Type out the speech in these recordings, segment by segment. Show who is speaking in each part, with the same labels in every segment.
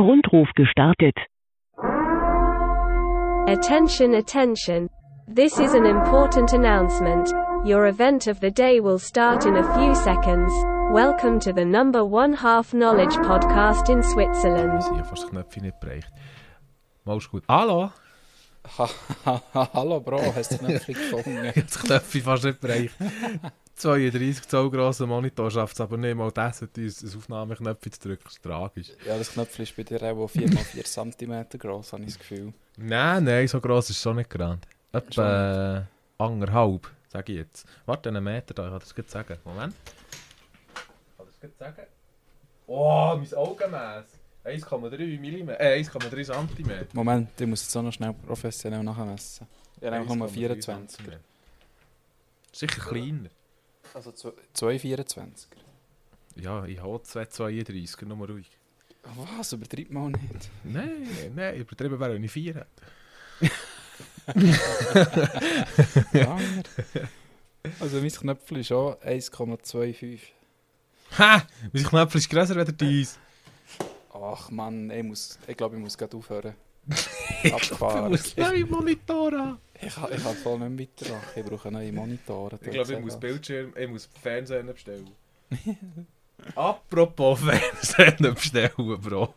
Speaker 1: Rundruf gestartet.
Speaker 2: Attention, attention. This is an important announcement. Your event of the day will start in a few seconds. Welcome to the number one half knowledge podcast in Switzerland.
Speaker 3: Ich habe fast das Knöpfchen nicht gebracht. Mach's gut. Hallo?
Speaker 4: Ha, ha, ha, Hallo Bro, hast du den Knöpfchen gefunden?
Speaker 3: Ich habe das Knöpfchen fast nicht gebracht. 32 Zoll grosser Monitor schafft es aber nicht mal, das hat uns ein Aufnahmeknöpfchen zu drücken. Das ist tragisch.
Speaker 4: Ja, das Knöpfchen ist bei dir auch 4x4 cm groß, habe ich das Gefühl.
Speaker 3: Nein, nein, so gross ist es schon nicht grand.
Speaker 4: Schon
Speaker 3: Etwa äh, anderthalb, sage ich jetzt. Warte, einen Meter da, ich kann das gut sagen. Moment. Ich kann das gut sagen. Oh, mein Augenmaß. 1,3 mm, äh, 1,3 cm.
Speaker 4: Moment, ich muss jetzt auch noch schnell professionell nachmessen. Ja, einfach nur 24.
Speaker 3: Sicher kleiner.
Speaker 4: Also 2 24
Speaker 3: Ja, ich habe 232, nur ruhig.
Speaker 4: Was? Übertreib mal nicht.
Speaker 3: Nein, nein, übertrieben wäre ich vier.
Speaker 4: Banger. also mein Knöpfchen ist auch 1,25.
Speaker 3: Ha! Mein Knöpfchen ist grösser als deins.
Speaker 4: Ach Mann, ich, muss, ich glaube, ich muss gerade aufhören.
Speaker 3: Du
Speaker 4: Abgefahren.
Speaker 3: musst
Speaker 4: Ich,
Speaker 3: neue Monitore haben.
Speaker 4: ich, kann- ich kann voll nicht mehr weitermachen. Ich brauche neue Monitore.
Speaker 3: Ich glaube, ich muss Bildschirm, ich muss Fernsehen bestellen. Apropos Fernsehen bestellen, Bro.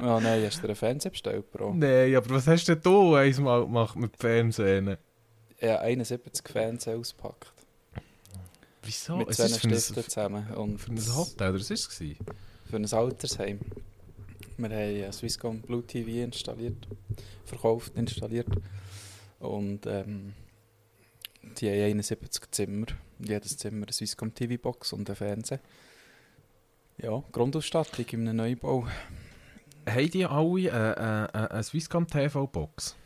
Speaker 4: Oh nein, hast du dir einen Fernseher bestellt, Bro?
Speaker 3: Nein, aber was hast denn du einmal gemacht mit Fernsehen?
Speaker 4: Ja, 71 äh, Fernseher ausgepackt.
Speaker 3: Wieso?
Speaker 4: mit
Speaker 3: Es
Speaker 4: seinen
Speaker 3: ist für
Speaker 4: Stiften
Speaker 3: ein,
Speaker 4: zusammen. Und
Speaker 3: für ein Hotel, oder was war es? gewesen?
Speaker 4: für ein Altersheim. Wir haben äh, Swisscom Blue TV installiert, verkauft, installiert. Und ähm, die haben 71 Zimmer. Jedes Zimmer eine Swisscom TV-Box und einen Fernseher. Ja, Grundausstattung in einem Neubau.
Speaker 3: Haben die alle äh, äh, äh, eine Swisscom TV-Box?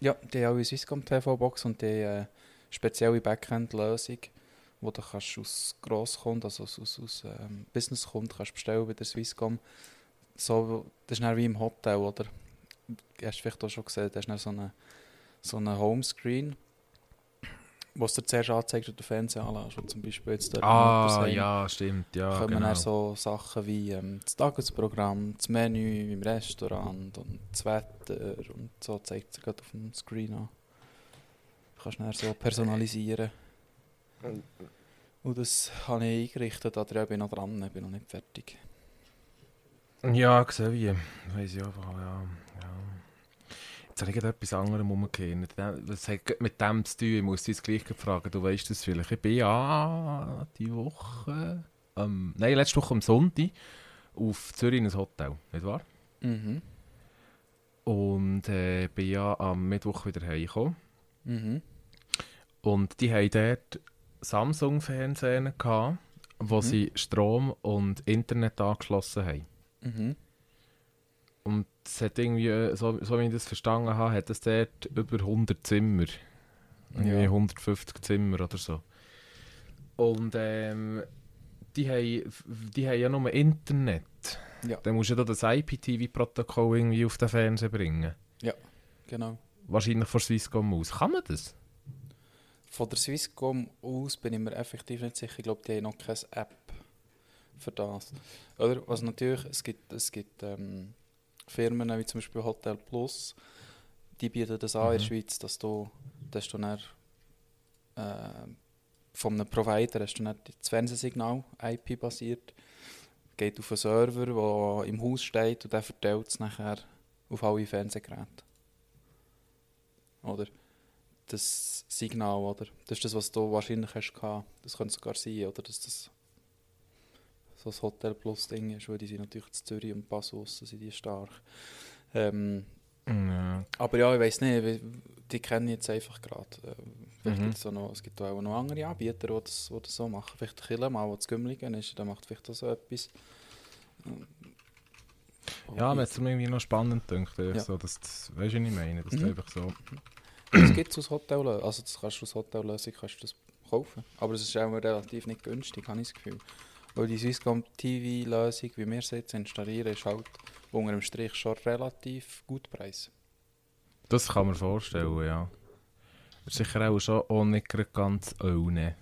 Speaker 4: Ja, die haben alle eine Swisscom TV-Box und die äh, spezielle Backend-Lösung, wo du kannst aus Grosskunden, also aus, aus, aus ähm, Businesskunden kannst bestellen bei der Swisscom. So, das ist dann wie im Hotel, oder? Du hast vielleicht auch schon gesehen, da ist dann so eine, so eine Homescreen, was dir zuerst anzeigt, wenn du Fernsehen anlässt. Und zum Beispiel jetzt dort im
Speaker 3: Ah,
Speaker 4: Altersheim
Speaker 3: ja, stimmt. Ja,
Speaker 4: kommen
Speaker 3: genau.
Speaker 4: dann so Sachen wie ähm, das Tagesprogramm, das Menü im Restaurant und das Wetter und so zeigt es gerade auf dem Screen an. Du kannst dann so personalisieren. Und das habe ich eingerichtet, aber ich bin noch dran, ich bin noch nicht fertig.
Speaker 3: Ja, gesehen wie. Weiß ich aber, ja. ja. Jetzt habe ich gerade etwas anderes umgekehrt. Das hat gerade mit dem zu tun. Ich muss dich jetzt gleich gerade fragen. Du weißt das vielleicht. Ich bin ja die Woche. Ähm, nein, letzte Woche am Sonntag auf Zürich in ein Hotel, nicht wahr?
Speaker 4: Mhm.
Speaker 3: Und äh, bin ja am Mittwoch wieder heimgekommen.
Speaker 4: Mhm.
Speaker 3: Und die haben dort Samsung-Fernsehen gehabt, wo
Speaker 4: Mhm.
Speaker 3: sie Strom und Internet angeschlossen haben.
Speaker 4: Mhm.
Speaker 3: Und es hat irgendwie, äh, so, so wie ich das verstanden habe, hat es dort über 100 Zimmer. Irgendwie
Speaker 4: Ja.
Speaker 3: 150 Zimmer oder so. Und ähm, die, haben, die haben ja nur Internet.
Speaker 4: Ja.
Speaker 3: Dann musst du ja da das IPTV-Protokoll irgendwie auf den Fernseher bringen.
Speaker 4: Genau.
Speaker 3: Wahrscheinlich von Swisscom aus. Kann man das?
Speaker 4: Von der Swisscom aus bin ich mir effektiv nicht sicher. Ich glaube, die haben noch keine App für das. Oder? Was natürlich, es gibt, es gibt ähm, Firmen wie zum Beispiel Hotel Plus, die bieten das an in
Speaker 3: Mhm.
Speaker 4: der Schweiz, dass du, dass du dann, äh, von einem Provider hast du dann das Fernsehsignal, IP-basiert, geht auf einen Server, der im Haus steht und der verteilt es nachher auf alle Fernsehgeräte. Oder? das Signal, oder? Das ist das, was du wahrscheinlich hast gehabt. Das könnte sogar sein, oder? Dass das so ein Hotel Plus Ding ist, weil die sind natürlich zu Zürich und Basel aussen sind die stark. Ähm,
Speaker 3: Ja.
Speaker 4: aber ja, ich weiß nicht, wie- die kennen jetzt einfach gerade. Ähm, vielleicht
Speaker 3: Mhm.
Speaker 4: gibt's auch noch, es gibt auch noch andere Anbieter, die das, die das so machen. Vielleicht Killer mal, der zu Gümligen ist, der macht vielleicht auch so etwas. Ähm,
Speaker 3: Ja, mir hat es irgendwie noch spannend gedacht. äh,
Speaker 4: Ja.
Speaker 3: So, dass das, weißt du, was ich meine? Dass du
Speaker 4: Mhm.
Speaker 3: einfach so.
Speaker 4: Das gibt es aus Hotellösung. Also das kannst du aus Hotellösung kannst du das kaufen. Aber es ist auch relativ nicht günstig, habe ich das Gefühl. Weil die Swisscom TV-Lösung, wie wir sie jetzt installieren, ist halt unter dem Strich schon relativ gut preis.
Speaker 3: Das kann man vorstellen, ja. Sicher auch schon auch nicht gerade ganz ohne.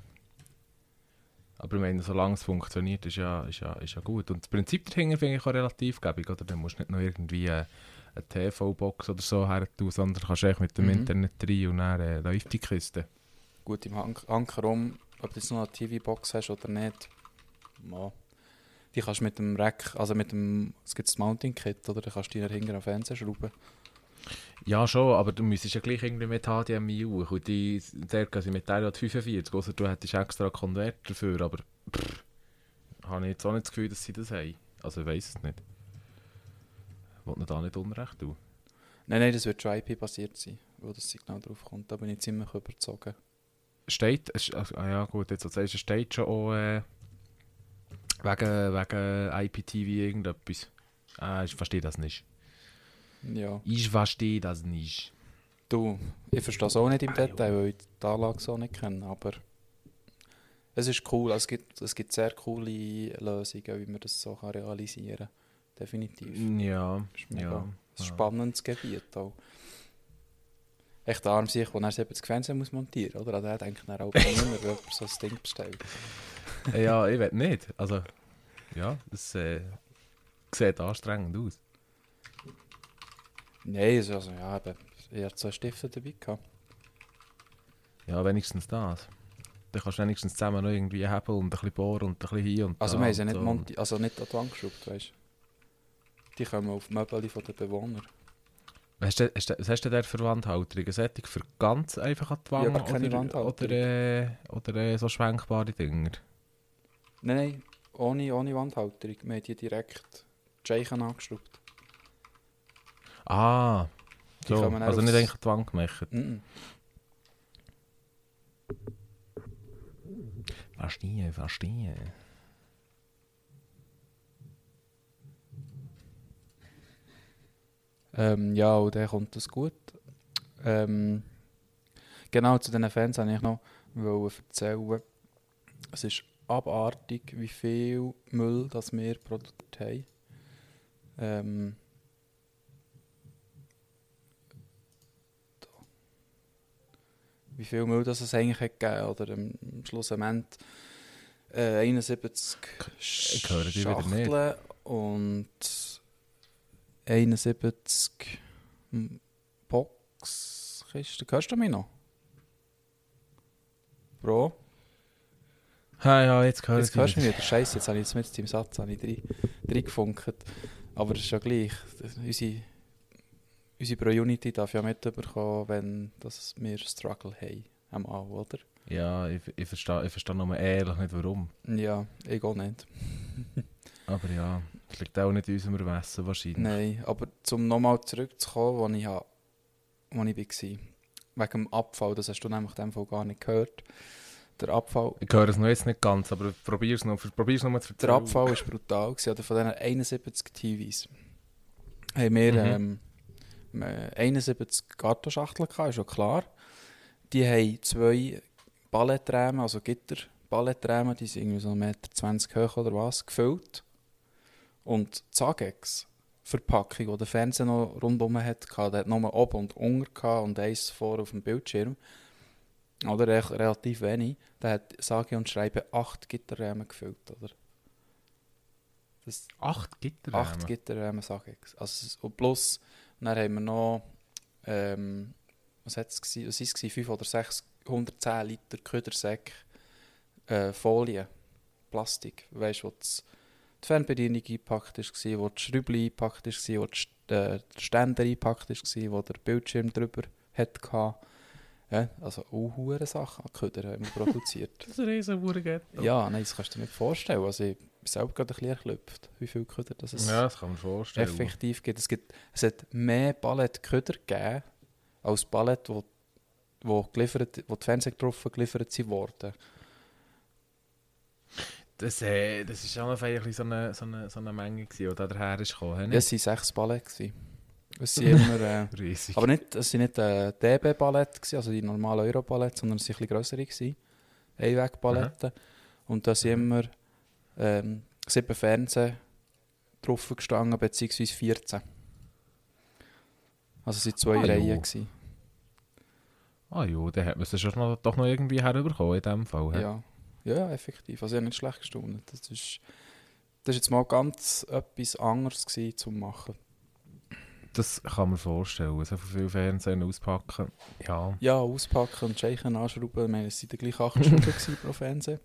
Speaker 3: Aber ich meine, solange es funktioniert, ist ja, ist ja, ist ja gut. Und das Prinzip dahinter finde ich auch relativ gäbig, oder? Dann musst du nicht noch irgendwie äh, eine TV-Box oder so her tun, sondern kannst echt mit dem
Speaker 4: Mhm.
Speaker 3: Internet rein und dann äh, läuft die Kiste.
Speaker 4: Gut, im An Ankerum, ob du jetzt noch eine TV-Box hast oder nicht, ja. die kannst du mit dem Rack, also mit dem, es gibt das Mounting-Kit, oder? Da kannst du die hinten am Fernseher schrauben.
Speaker 3: Ja, schon, aber du müsstest ja gleich irgendwie mit HDMI hoch. Und die, der gehen sie mit der hat 45, außer du hättest extra einen Konverter dafür, aber pff, habe ich jetzt auch nicht das Gefühl, dass sie das haben. Also ich weiß es nicht. Wollt ihr da nicht Unrecht tun?
Speaker 4: Nein, nein, das wird schon IP-basiert sein, wo das Signal drauf kommt. Da bin ich ziemlich überzogen.
Speaker 3: Steht, es- ah ja gut, jetzt sagst du, steht schon auch äh, wegen, wegen IPTV irgendetwas. Ah, ich verstehe das nicht.
Speaker 4: Ja.
Speaker 3: Ich verstehe das nicht.
Speaker 4: Du, ich verstehe es auch nicht im Detail, weil ich die Anlage so nicht kenne, aber es ist cool. Es gibt, es gibt sehr coole Lösungen, wie man das so kann realisieren kann. Definitiv.
Speaker 3: Ja,
Speaker 4: Ist mega.
Speaker 3: Mm. ja.
Speaker 4: Ein
Speaker 3: ja.
Speaker 4: spannendes Gebiet auch. Echt der arm sich, wo er selber das Fernsehen muss montieren muss, oder? An den denkt er auch nicht mehr, wenn jemand so ein Ding bestellt.
Speaker 3: ja, ich will nicht. Also, ja, das äh, sieht anstrengend aus.
Speaker 4: Nein, es- also ja, eben, ich hatte zwei Stifte dabei. Gehabt.
Speaker 3: Ja, wenigstens das. Dann kannst du wenigstens zusammen noch irgendwie haben und ein bisschen bohren und ein bisschen hier und
Speaker 4: Also
Speaker 3: da
Speaker 4: wir haben sie
Speaker 3: und
Speaker 4: nicht,
Speaker 3: so.
Speaker 4: monti- also nicht an die Wand geschraubt, weißt du. Die kommen auf die Möbel von den Bewohnern.
Speaker 3: Hast du, hast du, was hast du denn für Wandhalterung? Eine solche für ganz einfach an die
Speaker 4: Ja,
Speaker 3: Wand?
Speaker 4: aber keine
Speaker 3: oder,
Speaker 4: Wandhalterung.
Speaker 3: oder, äh, oder äh, so schwenkbare Dinger?
Speaker 4: Nein, nein, ohne, ohne Wandhalterung. Wir haben die direkt die Scheichen angeschraubt.
Speaker 3: Ah,
Speaker 4: Die
Speaker 3: so.
Speaker 4: kommen dann
Speaker 3: also nicht
Speaker 4: aufs-
Speaker 3: eigentlich an die Wand gemacht.
Speaker 4: Mhm.
Speaker 3: Verstehe, verstehe.
Speaker 4: Ähm, ja, und dann kommt das gut. Ähm, genau, zu diesen Fans wollte ich noch wollen erzählen. Es ist abartig, wie viel Müll das wir produziert haben. Ähm, da. wie viel Müll das es eigentlich hat gegeben oder am am Schluss am Ende äh, 71
Speaker 3: ich höre dich wieder nicht.
Speaker 4: Schachteln und 71 M- Boxkisten. Hörst du mich noch? Bro,
Speaker 3: Ja, ja, jetzt höre
Speaker 4: jetzt
Speaker 3: ich
Speaker 4: hörst du
Speaker 3: dich.
Speaker 4: mich wieder. Scheiße, jetzt habe ich jetzt mit im Satz habe ich drei, drei gefunkt. Aber es ist ja gleich. Das- Unsere, unsere Pro-Unity darf ja mitbekommen, wenn das wir Struggle haben am Anfang, oder?
Speaker 3: Ja, ich, ich verstehe ich verstehe nur ehrlich nicht warum.
Speaker 4: Ja, ich auch nicht.
Speaker 3: Aber ja, es liegt auch nicht in unserem Ermessen wahrscheinlich.
Speaker 4: Nein, aber um nochmal zurückzukommen, wo ich, ha- wo ich war. Wegen dem Abfall, das hast du nämlich in dem Fall gar nicht gehört. Der Abfall
Speaker 3: Ich höre es noch jetzt nicht ganz, aber probier's noch, probier's noch mal zu
Speaker 4: Der Abfall war brutal. Gewesen. Oder von diesen 71 TVs haben wir
Speaker 3: Mhm.
Speaker 4: ähm, äh, 71 Kartonschachteln gehabt, ist ja klar. Die haben zwei Balletträmen, also Gitter, Balletträmen, die sind irgendwie so 1,20 Meter hoch oder was, gefüllt. Und die Zagex, Verpackung, die der Fernseher noch rundherum hatte, der hat nur oben und unten gehabt und eins vor auf dem Bildschirm. Oder echt relativ wenig. Der hat sage und schreibe acht Gitterräume gefüllt, oder? Das
Speaker 3: Acht Gitter.
Speaker 4: acht Gitterräume, sage ich. Also, es- und plus, dann haben wir noch, ähm, was hat es gewesen? Was ist es gewesen? Fünf oder sechs, 110 Liter Ködersäcke, äh, Folie, Plastik. Weißt du, wo das, die Fernbedienung eingepackt war, wo die Schrüble eingepackt war, wo die St- äh, der Ständer eingepackt war, wo der Bildschirm drüber hatte. Ja, also, auch hure Sachen an Köder haben wir produziert.
Speaker 3: Das ist ein riesen Wurgetto. Ja.
Speaker 4: Ja, nein, das kannst du dir nicht vorstellen. Also ich bin selber gerade ein bisschen erklüpft, wie viel Köder das es
Speaker 3: ja, das kann man vorstellen.
Speaker 4: effektiv gibt. Es, gibt. es hat mehr Ballettköder gegeben, als Ballett, wo, wo, geliefert, wo die Fernsehgetroffen geliefert sind worden.
Speaker 3: Das, äh, das ist auch noch ein bisschen so eine, so eine, so eine Menge, gewesen, die da daher ist gekommen.
Speaker 4: Es waren sechs Ballett. Gewesen. Es sind immer... Äh,
Speaker 3: Riesig.
Speaker 4: aber nicht, es waren nicht äh, DB-Ballett, gewesen, also die normalen Euro-Ballett, sondern es waren ein bisschen grössere. gewesen. Einweg-Balletten. Und da sind immer ähm, sieben Fernsehgetroffen gestanden, beziehungsweise 14. Also es waren zwei
Speaker 3: Ah, jo.
Speaker 4: Reihen. Gewesen.
Speaker 3: Ah ja, dann hat man es schon noch, doch noch irgendwie herüberkommen in dem Fall. hä?
Speaker 4: Ja, Ja, ja, effektiv. Also ich habe nicht schlecht gestaunt. Das ist, das ist jetzt mal ganz etwas anderes gewesen, zum machen.
Speaker 3: Das kann man vorstellen. So viel Fernsehen auspacken. Ja.
Speaker 4: Ja, auspacken und Scheichen anschrauben. Ich meine, es waren die gleichen 8 Stunden gewesen pro Fernsehen.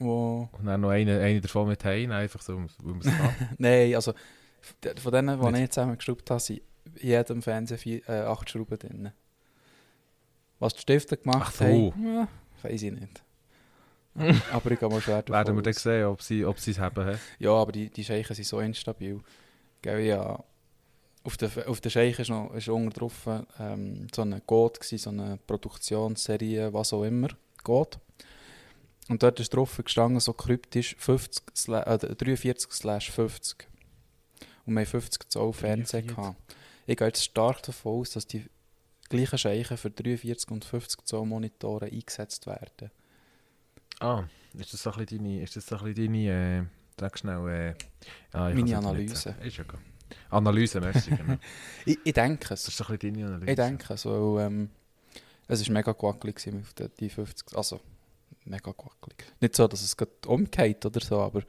Speaker 4: Wo,
Speaker 3: Und dann noch eine, eine davon mit heim, einfach so, weil man es kann.
Speaker 4: nein, also de- von denen, die
Speaker 3: Nicht.
Speaker 4: ich zusammengeschraubt habe, sind in jedem Fernseher vier, äh, 8 Schrauben drin. Was die Stifte
Speaker 3: Ach
Speaker 4: gemacht
Speaker 3: so.
Speaker 4: haben, ja, weiß ich nicht. aber ich gehe mal schwer davon
Speaker 3: Werden wir dann
Speaker 4: aus.
Speaker 3: sehen, ob sie ob sie es haben. hä?
Speaker 4: Ja, aber die, die Scheichen sind so instabil. Gell, ja. Auf den, auf den Scheichen ist noch ist unten drauf ähm, so eine Code, gewesen, so eine Produktionsserie, was auch immer, Code. Und dort ist drauf gestanden, so kryptisch 50, sla- äh, 43 slash 50. Und wir haben 50 Zoll Fernsehen
Speaker 3: 43.
Speaker 4: gehabt. Ich gehe jetzt stark davon aus, dass die gleichen Scheichen für 43 und 50 Zoll Monitore eingesetzt werden.
Speaker 3: Ah, ist das so ein bisschen deine, ist das so ein bisschen deine äh, sag schnell, äh, ah, ich
Speaker 4: Meine
Speaker 3: kann's jetzt
Speaker 4: Analyse.
Speaker 3: nicht sagen. Ist ja gut. Analyse, merci, genau.
Speaker 4: Ich, ich denke es.
Speaker 3: Das ist so ein bisschen deine Analyse.
Speaker 4: Ich denke, also, ähm, es war mega quackelig gewesen auf der, die 50. Also, mega quackelig. Nicht so, dass es gerade umgeht oder so, aber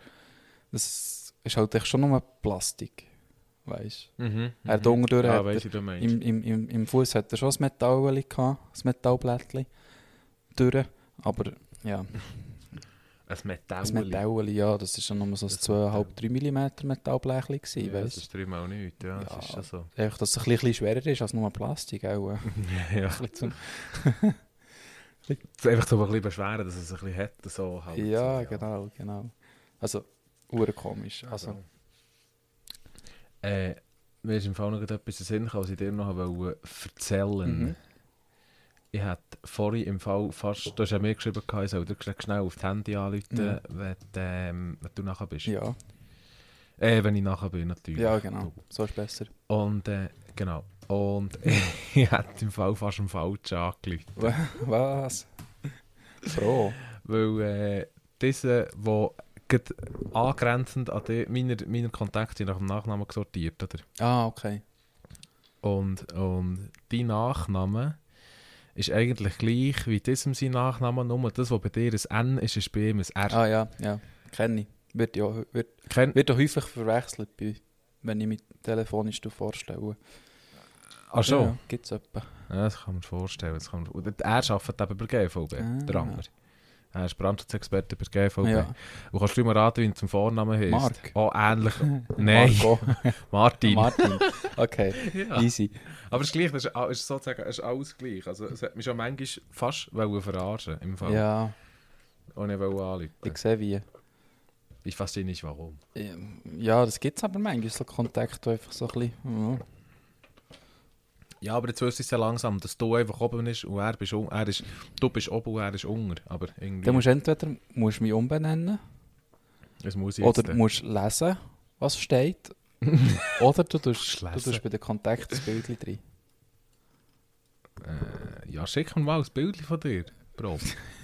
Speaker 4: es ist halt echt schon nur Plastik. Weißt
Speaker 3: Mhm,
Speaker 4: du? Er hat
Speaker 3: mhm.
Speaker 4: unten durch
Speaker 3: Ja,
Speaker 4: hat
Speaker 3: weiss
Speaker 4: er,
Speaker 3: ich, du meinst.
Speaker 4: im, im, im, im Fuß hat er schon ein Metall gehabt, ein Metallblättchen. Durch. Aber ja,
Speaker 3: Ein Metall.
Speaker 4: das Metall, ja, das war schon nur so ein
Speaker 3: Das
Speaker 4: 2,5-3 mm Metallblechchen. gewesen,
Speaker 3: ja,
Speaker 4: weißt
Speaker 3: Das
Speaker 4: du?
Speaker 3: ist dreimal nichts, ja. Das ist
Speaker 4: Ja.
Speaker 3: schon so.
Speaker 4: Einfach, dass es ein bisschen- bisschen schwerer ist als nur Plastik. Auch, äh.
Speaker 3: ja. Es Einfach so ein bisschen beschweren, dass es ein bisschen hat. So halt,
Speaker 4: ja,
Speaker 3: so,
Speaker 4: genau, genau. Also, urkomisch. Also,
Speaker 3: Äh, mir ist im Fall noch gerade etwas in den Sinn gekommen, was ich dir noch wollte erzählen
Speaker 4: Mhm.
Speaker 3: Ich hatte vorhin im Fall fast, du hast ja mir geschrieben, gehabt, ich soll dir schnell- schnell auf das Handy anrufen, wenn, du, ähm, wenn du nachher bist.
Speaker 4: Mhm. ja,
Speaker 3: Äh, wenn ich nachher bin, natürlich.
Speaker 4: Genau. ja, genau. So ist besser.
Speaker 3: Und, äh, genau. Und ich hatte im Fall fast am Falschen angerufen.
Speaker 4: Was? Pro.
Speaker 3: Weil äh, diese, der gerade angrenzend an die, meiner, meiner Kontakte nach dem Nachnamen sortiert, oder?
Speaker 4: Ah, okay.
Speaker 3: Und, und dein Nachname ist eigentlich gleich wie diesem sein Nachname, nur das, was bei dir ein N ist, ist bei ihm ein R.
Speaker 4: Ah, ja, ja. Kenne ich. Wird ja wird,
Speaker 3: Ken
Speaker 4: wird ja häufig verwechselt, bei, wenn ich mich telefonisch vorstelle.
Speaker 3: Ach so,
Speaker 4: Ja, gibt es etwa.
Speaker 3: Ja, das kann man sich vorstellen. Das kann man, und er arbeitet eben bei GVB,
Speaker 4: Ah.
Speaker 3: der andere. Er ist Brandschutzexperte bei GVB.
Speaker 4: Ja.
Speaker 3: Und kannst du dir mal raten, wie er zum Vornamen heißt?
Speaker 4: Mark.
Speaker 3: Oh, ähnlich. Nein,
Speaker 4: Marco.
Speaker 3: Martin.
Speaker 4: Martin. Okay,
Speaker 3: Ja.
Speaker 4: easy.
Speaker 3: Aber es ist gleich, das ist, a- ist sozusagen es ist alles gleich. Also, es hat mich schon manchmal fast wollen verarschen im Fall.
Speaker 4: Ja,
Speaker 3: Und ich wollte anrufen.
Speaker 4: ich sehe wie. ähm,
Speaker 3: Ich verstehe nicht, warum.
Speaker 4: Ja, das gibt es aber manchmal, so Kontakte, die einfach so ein bisschen... Ja.
Speaker 3: Ja, aber jetzt wüsste ich es ja langsam, dass du einfach oben bist und er, bist un er ist... Du bist oben und er ist unter. Aber irgendwie...
Speaker 4: Dann musst du entweder musst du mich umbenennen,
Speaker 3: das muss ich
Speaker 4: Oder
Speaker 3: jetzt,
Speaker 4: du
Speaker 3: äh,
Speaker 4: musst lesen, was steht. Oder du tust, du
Speaker 3: Lesen.
Speaker 4: tust bei den Kontakten das Bild drin.
Speaker 3: äh, Ja, schick mir mal ein Bild von dir, Bro.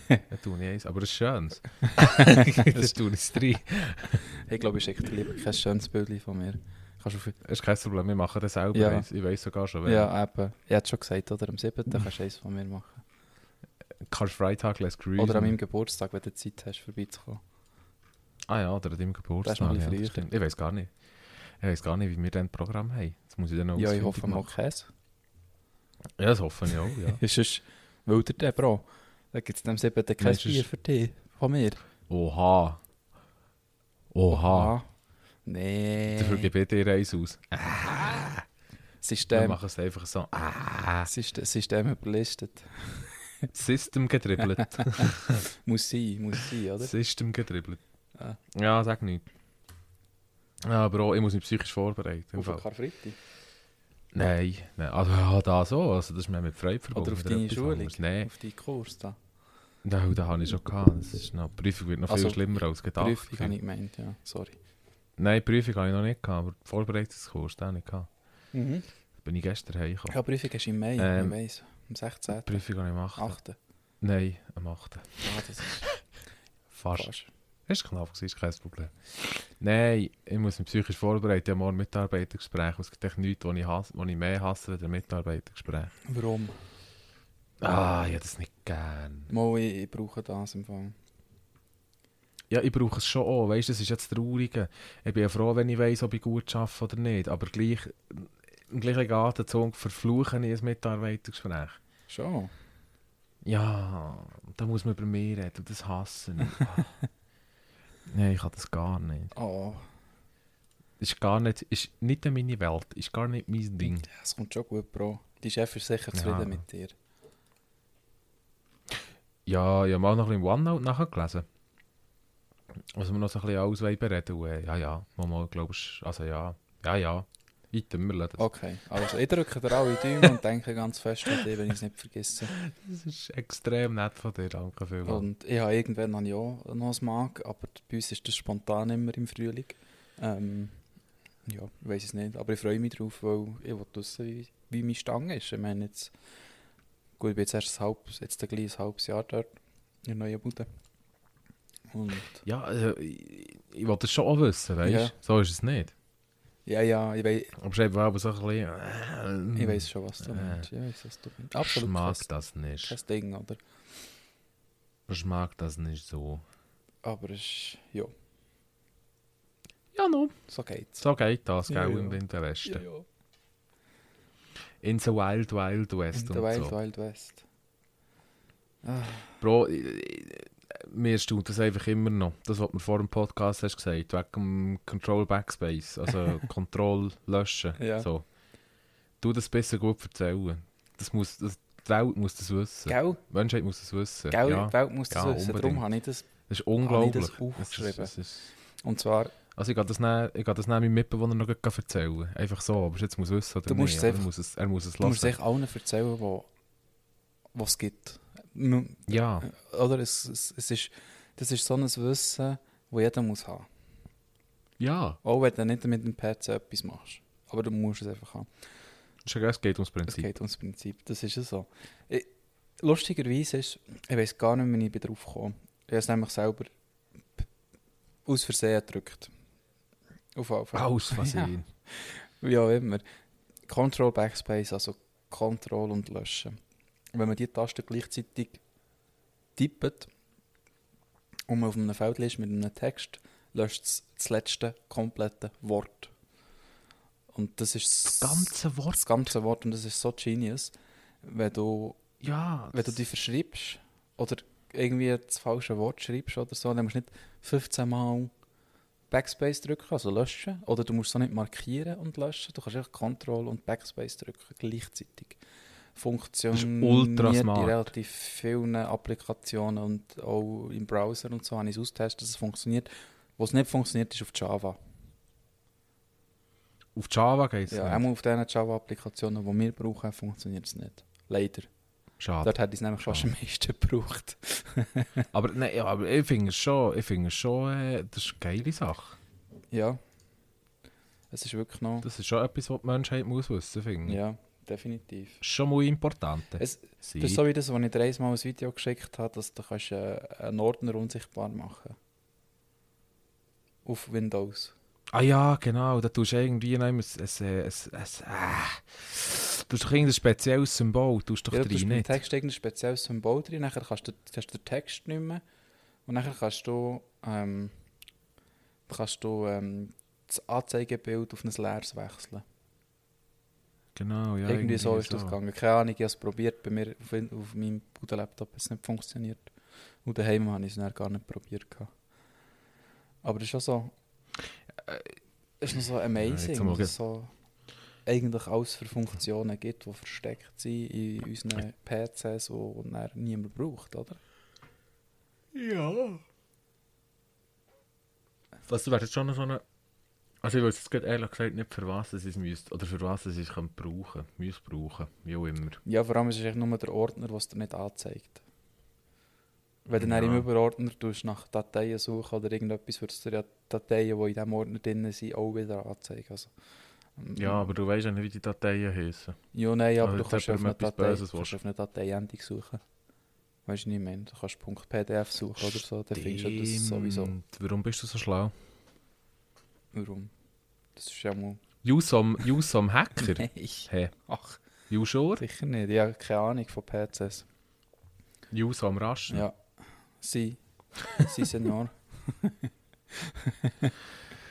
Speaker 3: Ja, tu ich eins, aber es ist schön. das tue ich rein.
Speaker 4: Ich glaube, ich schicke dir lieber kein schönes Bild von mir. Kannst auf,
Speaker 3: Das ist kein Problem, wir machen das selber.
Speaker 4: Ja.
Speaker 3: eins. Ich weiß sogar schon, wenn
Speaker 4: ja, eben. Ich hätte schon gesagt, oder am 7. kannst du eins von mir machen.
Speaker 3: Karfreitag lässt grüßen.
Speaker 4: Oder an meinem Geburtstag, wenn du Zeit hast, vorbeizukommen.
Speaker 3: Ah ja, oder an deinem Geburtstag.
Speaker 4: noch ein bisschen
Speaker 3: ja, das
Speaker 4: früher.
Speaker 3: stimmt. ich weiß gar nicht. Ich weiß gar nicht, wie wir dann das Programm haben. Das muss ich dann noch
Speaker 4: Ja, ich
Speaker 3: ausfindig
Speaker 4: hoffe mal
Speaker 3: machen.
Speaker 4: Käse.
Speaker 3: Ja, das hoffe ich auch, ja.
Speaker 4: Ist sonst wilder der Bro. Da gibt es am 7. kein
Speaker 3: Nein, sonst-
Speaker 4: Bier für dich. Von mir.
Speaker 3: Oha. Oha. Ah. Dafür
Speaker 4: Ah. Nee.
Speaker 3: gebe ich dir eins aus. Wir
Speaker 4: Ah. System,
Speaker 3: machen es einfach so. Ah,
Speaker 4: System, System überlistet.
Speaker 3: System getribbelt.
Speaker 4: Muss sein, muss sein, oder?
Speaker 3: System getribbelt.
Speaker 4: Ah.
Speaker 3: Ja, sag nicht. Ja, aber auch, ich muss mich psychisch vorbereiten. im
Speaker 4: Auf
Speaker 3: Fall.
Speaker 4: den Karfreitag.
Speaker 3: Nein, nein. Also, ja, da so. Also, das ist mir mit Freude verbunden.
Speaker 4: Oder auf deine
Speaker 3: etwas
Speaker 4: Schulung.
Speaker 3: anderes. Nein,
Speaker 4: Auf deinen Kurs da.
Speaker 3: nein, das habe ich schon gehabt. Das ist noch, die Prüfung wird noch
Speaker 4: Also,
Speaker 3: viel schlimmer als gedacht.
Speaker 4: Prüfung habe ich gemeint, ja. Sorry.
Speaker 3: Nein, die Prüfung habe ich noch nicht gehabt, aber den Vorbereitungskurs den habe ich gehabt.
Speaker 4: Mhm.
Speaker 3: Da bin ich gestern heimgekommen.
Speaker 4: Ja, Prüfung ist im Mai,
Speaker 3: Ähm,
Speaker 4: ich weiss. Am 16.
Speaker 3: Die Prüfung habe ich am 8.
Speaker 4: 8. Ah,
Speaker 3: Nein, am 8.
Speaker 4: das ist
Speaker 3: Fast.
Speaker 4: fast.
Speaker 3: Ist knapp, gewesen, ist kein Problem. Nein, ich muss mich psychisch vorbereiten. Ich habe morgen Mitarbeitergespräch. Es gibt echt nichts, was ich, hasse, was ich mehr hasse als ein Mitarbeitergespräch.
Speaker 4: Warum?
Speaker 3: Ah, ich hätte das nicht gern.
Speaker 4: Mal, ich, ich brauche das im Fall.
Speaker 3: ja, ich brauche es schon auch, weißt das ist jetzt traurig. Ich bin ja froh, wenn ich weiß, ob ich gut arbeite oder nicht, aber gleich, im gleichen Gartenzug verfluche ich ein Mitarbeitergespräch.
Speaker 4: Schon.
Speaker 3: Ja, da muss man über mich reden und das hassen. Ah. Nein, ich kann das gar nicht.
Speaker 4: Oh,
Speaker 3: Ist gar nicht, ist nicht meine Welt, ist gar nicht mein Ding.
Speaker 4: ja, es kommt schon gut, Bro. Die Chef ist sicher zufrieden
Speaker 3: Ja.
Speaker 4: mit dir.
Speaker 3: Ja, ich habe mal noch ein bisschen OneNote nachgelesen. Also wir noch so ein bisschen alles wollen bereden wollen. Ja, ja, mal, mal glaubst also ja, ja, ja. Weiter, wir lassen das.
Speaker 4: Okay, also ich drücke dir alle Daumen und denke ganz fest an dich, wenn ich es nicht vergesse.
Speaker 3: Das ist extrem nett von dir, danke vielmals.
Speaker 4: Und ich habe irgendwann habe ich auch noch ein Mag, aber bei uns ist das spontan immer im Frühling. Ähm, ja, ich weiß es nicht, aber ich freue mich drauf, weil ich will wissen, wie, wie meine Stange ist. Ich meine jetzt, gut, ich bin jetzt erst ein halbes, jetzt gleich ein halbes Jahr dort in der neuen Bude. Und
Speaker 3: Ja, also, ich, ich wollte das schon auch wissen, weißt du?
Speaker 4: Ja.
Speaker 3: So ist es nicht.
Speaker 4: ja, ja, ich, wei
Speaker 3: Aber schreib aber so ein bisschen.
Speaker 4: ich weiß schon, was du
Speaker 3: Äh.
Speaker 4: meinst. Ich weiß, was du meinst.
Speaker 3: Ich
Speaker 4: Absolut
Speaker 3: mag
Speaker 4: kein,
Speaker 3: das nicht.
Speaker 4: kein Ding, oder?
Speaker 3: Ich mag das nicht so.
Speaker 4: Aber es ist, ja,
Speaker 3: Ja, no.
Speaker 4: so geht's.
Speaker 3: So geht das,
Speaker 4: Ja,
Speaker 3: gell,
Speaker 4: ja.
Speaker 3: im Winter Westen.
Speaker 4: ja.
Speaker 3: In the Wild Wild West
Speaker 4: In
Speaker 3: und,
Speaker 4: der Wild,
Speaker 3: so.
Speaker 4: Wild West.
Speaker 3: Bro, ich- ich- mir staunt das einfach immer noch. Das, was du mir vor dem Podcast hast gesagt, wegen dem Control Backspace, also Control löschen.
Speaker 4: Ja.
Speaker 3: So. Du das besser gut erzählen. Das muss, das, die Welt muss das wissen.
Speaker 4: Gell?
Speaker 3: Die Menschheit muss das wissen.
Speaker 4: Gell,
Speaker 3: Ja.
Speaker 4: die Welt muss das
Speaker 3: Ja,
Speaker 4: wissen.
Speaker 3: unbedingt.
Speaker 4: Darum habe ich das.
Speaker 3: Das ist unglaublich.
Speaker 4: Habe ich das aufgeschrieben?
Speaker 3: Das ist- das ist-
Speaker 4: Und zwar,
Speaker 3: Also ich gehe das nicht, ich gehe das nicht meinem Mitbewohner noch gleich erzählen. Einfach so, aber jetzt muss er wissen oder
Speaker 4: Du musst
Speaker 3: nicht.
Speaker 4: es
Speaker 3: oder?
Speaker 4: einfach-
Speaker 3: Er muss es, er muss es
Speaker 4: du musst
Speaker 3: lassen.
Speaker 4: echt allen erzählen, wo, was es gibt. M-
Speaker 3: Ja,
Speaker 4: Oder es, es, es ist, das ist so ein Wissen, das jeder muss haben.
Speaker 3: ja.
Speaker 4: Auch wenn du nicht mit dem PC etwas machst. Aber du musst es einfach haben.
Speaker 3: Das ist ja- Es geht ums
Speaker 4: Es
Speaker 3: Prinzip.
Speaker 4: geht ums Prinzip. Das ist ja so. Ich, lustigerweise ist, ich weiß gar nicht, wie ich bin drauf gekommen Ich habe es nämlich selber p- aus Versehen gedrückt. Auf Anfang.
Speaker 3: Aus Versehen.
Speaker 4: Wie auch immer. Control Backspace, also Control und Löschen. Wenn man die Taste gleichzeitig tippt und man auf einem Feld ist mit einem Text, löscht es das letzte komplette Wort. Und das ist
Speaker 3: Das ganze Wort.
Speaker 4: das ganze Wort und das ist so genius, wenn du,
Speaker 3: Ja.
Speaker 4: wenn du dich verschreibst oder irgendwie das falsche Wort schreibst oder so, dann musst du nicht 15 Mal Backspace drücken, also löschen, oder du musst so nicht markieren und löschen, du kannst einfach Control und Backspace drücken gleichzeitig. Funktioniert
Speaker 3: ultra
Speaker 4: in
Speaker 3: smart.
Speaker 4: relativ vielen Applikationen und auch im Browser und so habe ich es ausgetestet, dass es funktioniert. Was nicht funktioniert, ist auf Java.
Speaker 3: Auf Java geht es
Speaker 4: Ja,
Speaker 3: nicht.
Speaker 4: auch auf diesen Java-Applikationen, die wir brauchen, funktioniert es nicht. Leider.
Speaker 3: Schade.
Speaker 4: Dort hätte ich es nämlich fast am meisten gebraucht.
Speaker 3: Aber, nein, ja, aber ich finde es schon, ich finde es schon, äh, das ist eine geile Sache.
Speaker 4: Ja. Es ist wirklich noch.
Speaker 3: Das ist schon etwas, was die Menschheit muss wissen, finde ich.
Speaker 4: Ja, definitiv.
Speaker 3: Schon mal important.
Speaker 4: Es,
Speaker 3: Sie-
Speaker 4: das ist so wie das, was ich dir einmal ein Video geschickt habe, dass du kannst, äh, einen Ordner unsichtbar machen Auf Windows.
Speaker 3: Ah ja, genau, da tust du irgendwie noch immer ein, ein, ein, ein, ein, du hast doch irgendein spezielles Symbol, tust doch
Speaker 4: ja,
Speaker 3: ja,
Speaker 4: du tust
Speaker 3: rein,
Speaker 4: im
Speaker 3: nicht?
Speaker 4: Text irgendein spezielles Symbol drin, nachher kannst du, hast du den Text nicht mehr. Und nachher kannst du, ähm, kannst du ähm, das Anzeigebild auf ein leeres wechseln.
Speaker 3: Genau, ja.
Speaker 4: irgendwie so ist das gegangen. Keine Ahnung, ich habe es probiert. Bei mir auf, auf meinem guten Laptop hat es nicht funktioniert. Und daheim habe ich es dann gar nicht probiert. gehabt. Aber das ist auch so. Es ist noch so amazing,
Speaker 3: haben wir
Speaker 4: dass es so eigentlich alles für Funktionen gibt, die versteckt sind in unseren PCs, die dann niemand braucht, oder?
Speaker 3: Ja. Was, du wärst jetzt schon noch so eine... Also ich weiß jetzt gerade ehrlich gesagt nicht, für was es es müsste, oder für was es es könnte brauchen, müsste brauchen, wie auch immer.
Speaker 4: Ja, vor allem ist es eigentlich nur der Ordner, was dir nicht anzeigt. Wenn du dann
Speaker 3: Ja.
Speaker 4: im Überordner tust, nach Dateien suchen oder irgendetwas, würdest du dir ja Dateien, die in diesem Ordner drin sind, auch wieder anzeigen. Also, ähm,
Speaker 3: Ja, aber du weißt ja nicht, wie die Dateien heißen.
Speaker 4: Ja, nein, aber
Speaker 3: Aber
Speaker 4: du
Speaker 3: jetzt
Speaker 4: kannst
Speaker 3: hat
Speaker 4: auf
Speaker 3: man
Speaker 4: eine
Speaker 3: etwas
Speaker 4: Datei,
Speaker 3: Böses
Speaker 4: kannst auf
Speaker 3: willst.
Speaker 4: eine Dateiendung suchen. Weißt du nicht mehr? Du kannst Punkt .pdf suchen oder so, dann findest du das sowieso.
Speaker 3: Stimmt. Warum bist du so schlau?
Speaker 4: Warum? Das ist ja mal...
Speaker 3: You some, you some Hacker?
Speaker 4: Nein,
Speaker 3: Hä?
Speaker 4: ach,
Speaker 3: You sure?
Speaker 4: sicher nicht. Ich habe keine Ahnung von PCs.
Speaker 3: You some Raschen?
Speaker 4: Ja, sie. Sie, Senor.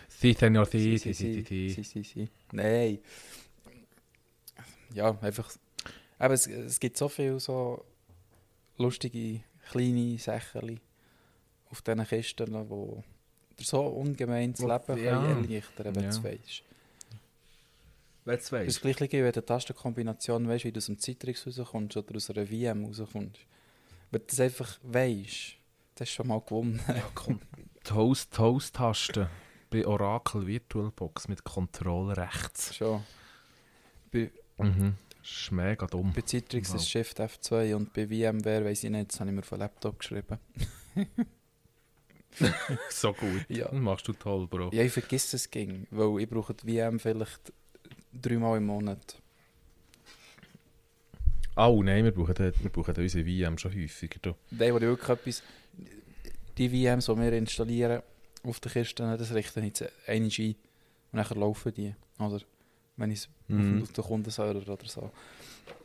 Speaker 3: Sie, Senior, sie, sie,
Speaker 4: Si, si,
Speaker 3: sie, sie,
Speaker 4: si,
Speaker 3: sie.
Speaker 4: si, si. Nein. Ja, einfach. Aber es, es gibt so viele so lustige kleine Sachen auf diesen Kisten, wo dir so ungemein das
Speaker 3: Wo-
Speaker 4: Leben
Speaker 3: ja.
Speaker 4: können erleichtern wenn du es
Speaker 3: Ja.
Speaker 4: weißt.
Speaker 3: Let's
Speaker 4: Es ist
Speaker 3: wait.
Speaker 4: gleich, wie wenn du die Tastenkombination weißt, wie du aus dem Citrix rauskommst oder aus einer VM rauskommst. Wenn du das einfach weißt, das hast du schon mal gewonnen.
Speaker 3: Toast, Toast-Taste bei Oracle VirtualBox mit Control rechts.
Speaker 4: schon. Bei,
Speaker 3: Mhm. Ist mega dumm.
Speaker 4: bei Citrix
Speaker 3: Wow.
Speaker 4: ist Shift F2 und bei VMware, weiß ich nicht, das habe ich mir von Laptop geschrieben.
Speaker 3: so gut.
Speaker 4: Ja.
Speaker 3: Machst du toll, Bro.
Speaker 4: Ja, ich vergesse es ging, weil ich brauche die VM vielleicht dreimal im Monat.
Speaker 3: Oh nein, wir brauchen, dort- wir brauchen unsere VM schon häufiger. Du.
Speaker 4: Nein, wo ich wirklich etwas... Die VMs, die wir installieren auf der Kiste, das richten jetzt einmal ein und dann laufen die, oder? Wenn ich es
Speaker 3: Mhm.
Speaker 4: auf, auf den Kundenserver oder so...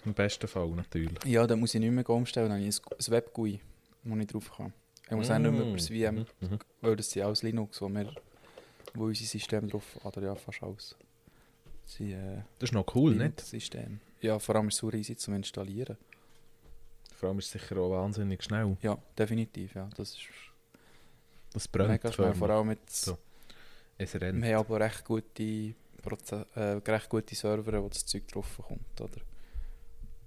Speaker 3: Im besten Fall natürlich.
Speaker 4: Ja, dann muss ich nicht mehr umstellen, dann habe ich ein ein Web-GUI, wo ich drauf kann. Ich muss auch nicht mehr über das VM,
Speaker 3: Mhm.
Speaker 4: weil das sind alles Linux, wo, wir, wo unser System drauf... Oder ja, fast alles. Das sind, äh,
Speaker 3: Das ist noch cool, nicht?
Speaker 4: Linux-Systeme. Ja, vor allem ist es super easy zum Installieren.
Speaker 3: Vor allem ist es sicher auch wahnsinnig schnell.
Speaker 4: Ja, definitiv, ja. Das ist
Speaker 3: Das brennt
Speaker 4: mega schnell, vor allem mit...
Speaker 3: So. Es
Speaker 4: Wir
Speaker 3: rennt.
Speaker 4: haben aber recht gute, Proze äh, recht gute Server, wo das Zeug drauf kommt, oder?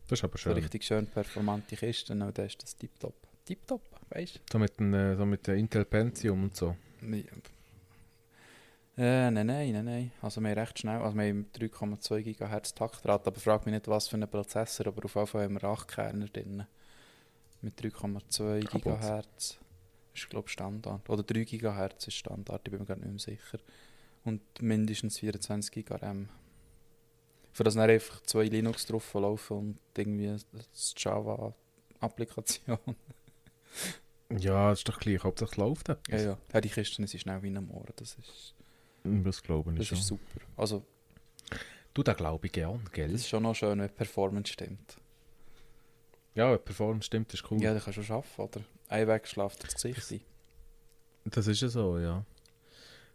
Speaker 3: Das ist aber
Speaker 4: So
Speaker 3: schön.
Speaker 4: richtig schön performante Kisten, und dann ist das tiptop. Tiptop, weißt
Speaker 3: So mit, den, äh, so mit der Intel Pentium und so.
Speaker 4: du? Ja. Äh, nein, nein, nein, nein. Also wir haben recht schnell, also wir haben 3,2 GHz Taktrate, aber frag mich nicht, was für einen Prozessor, aber auf jeden Fall haben wir 8 Kerner drin. Mit 3,2
Speaker 3: Kaputt.
Speaker 4: GHz ist, glaube ich, Standard. Oder 3 GHz ist Standard, ich bin mir gar nicht mehr sicher. Und mindestens 24 GB RAM. Für das dann einfach zwei Linux drauf laufen und irgendwie das Java-Applikation.
Speaker 3: Ja, das ist doch gleich. Hauptsache es läuft
Speaker 4: ja,
Speaker 3: etwas.
Speaker 4: ja. ja, die Kisten sind schnell wie am Ohr. Das ist,
Speaker 3: Das glaube ich
Speaker 4: das
Speaker 3: schon.
Speaker 4: ist super. Also,
Speaker 3: Du, da glaube ich gern,
Speaker 4: das
Speaker 3: gell?
Speaker 4: ist schon noch schön, wenn die Performance stimmt.
Speaker 3: Ja, wenn die Performance stimmt, ist cool.
Speaker 4: Ja, das kannst du schon arbeiten, oder? Ein Weg schläft das Gesicht ein.
Speaker 3: Das ist ja so, ja.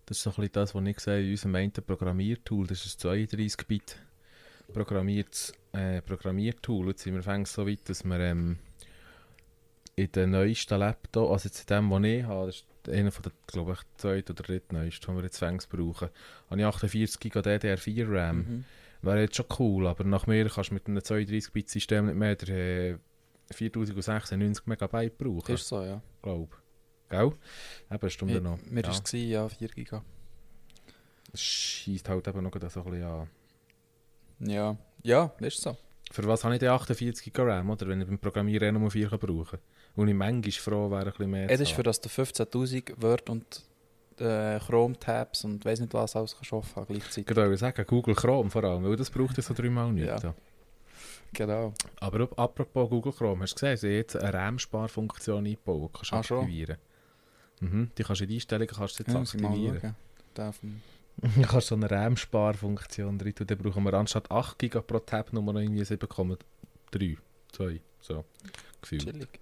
Speaker 3: Das ist so ein bisschen das, was ich sehe in unserem einen Programmiertool. Das ist ein 32-Bit programmiertes äh, Programmiertool. Jetzt sind wir fängt so weit, dass wir ähm, in den neuesten Laptop, also jetzt in dem, den ich habe, das ist einer von den, glaube ich, zweiten oder dritten neuesten, den wir jetzt fängt brauchen, habe ich 48 GB DDR4 RAM.
Speaker 4: Mhm.
Speaker 3: Wäre jetzt schon cool, aber nach mir kannst du mit einem 32-Bit-System nicht mehr der, äh, 4096 MB brauchen,
Speaker 4: Ist so, ja.
Speaker 3: glaube ich. Gell? Eben eine Stunde
Speaker 4: Mir,
Speaker 3: noch.
Speaker 4: mir
Speaker 3: ja.
Speaker 4: ist es gewesen, ja, 4 Giga.
Speaker 3: Das schießt halt eben noch gerade so ein bisschen an.
Speaker 4: Ja, ja, ist so.
Speaker 3: Für was habe ich denn 48 GB RAM, oder? Wenn ich beim Programmieren eh nur 4 kann brauchen kann. Und ich manchmal froh wäre, ein bisschen mehr
Speaker 4: Es ist
Speaker 3: zu
Speaker 4: für
Speaker 3: haben.
Speaker 4: das du 15.000 Word und äh, Chrome-Tabs und weiß nicht was alles kannst schaffen
Speaker 3: Ich
Speaker 4: gleichzeitig.
Speaker 3: würde auch sagen, Google Chrome vor allem, weil das braucht es so dreimal nicht.
Speaker 4: Ja.
Speaker 3: Ja.
Speaker 4: Genau.
Speaker 3: Aber ob- apropos Google Chrome, hast du gesehen, sie haben jetzt eine RAM-Sparfunktion eingebaut, die kannst du
Speaker 4: Ah, schon?
Speaker 3: aktivieren. Mhm, die kannst du in die Einstellungen kannst du jetzt
Speaker 4: Ja, muss ich mal
Speaker 3: aktivieren.
Speaker 4: schauen. Da auf dem-
Speaker 3: Du kannst so eine RAM-Sparfunktion rein tun, dann brauchen wir anstatt 8 GB pro Tab nur noch irgendwie 7,3, 2, so. Gefühlt.
Speaker 4: Chillig.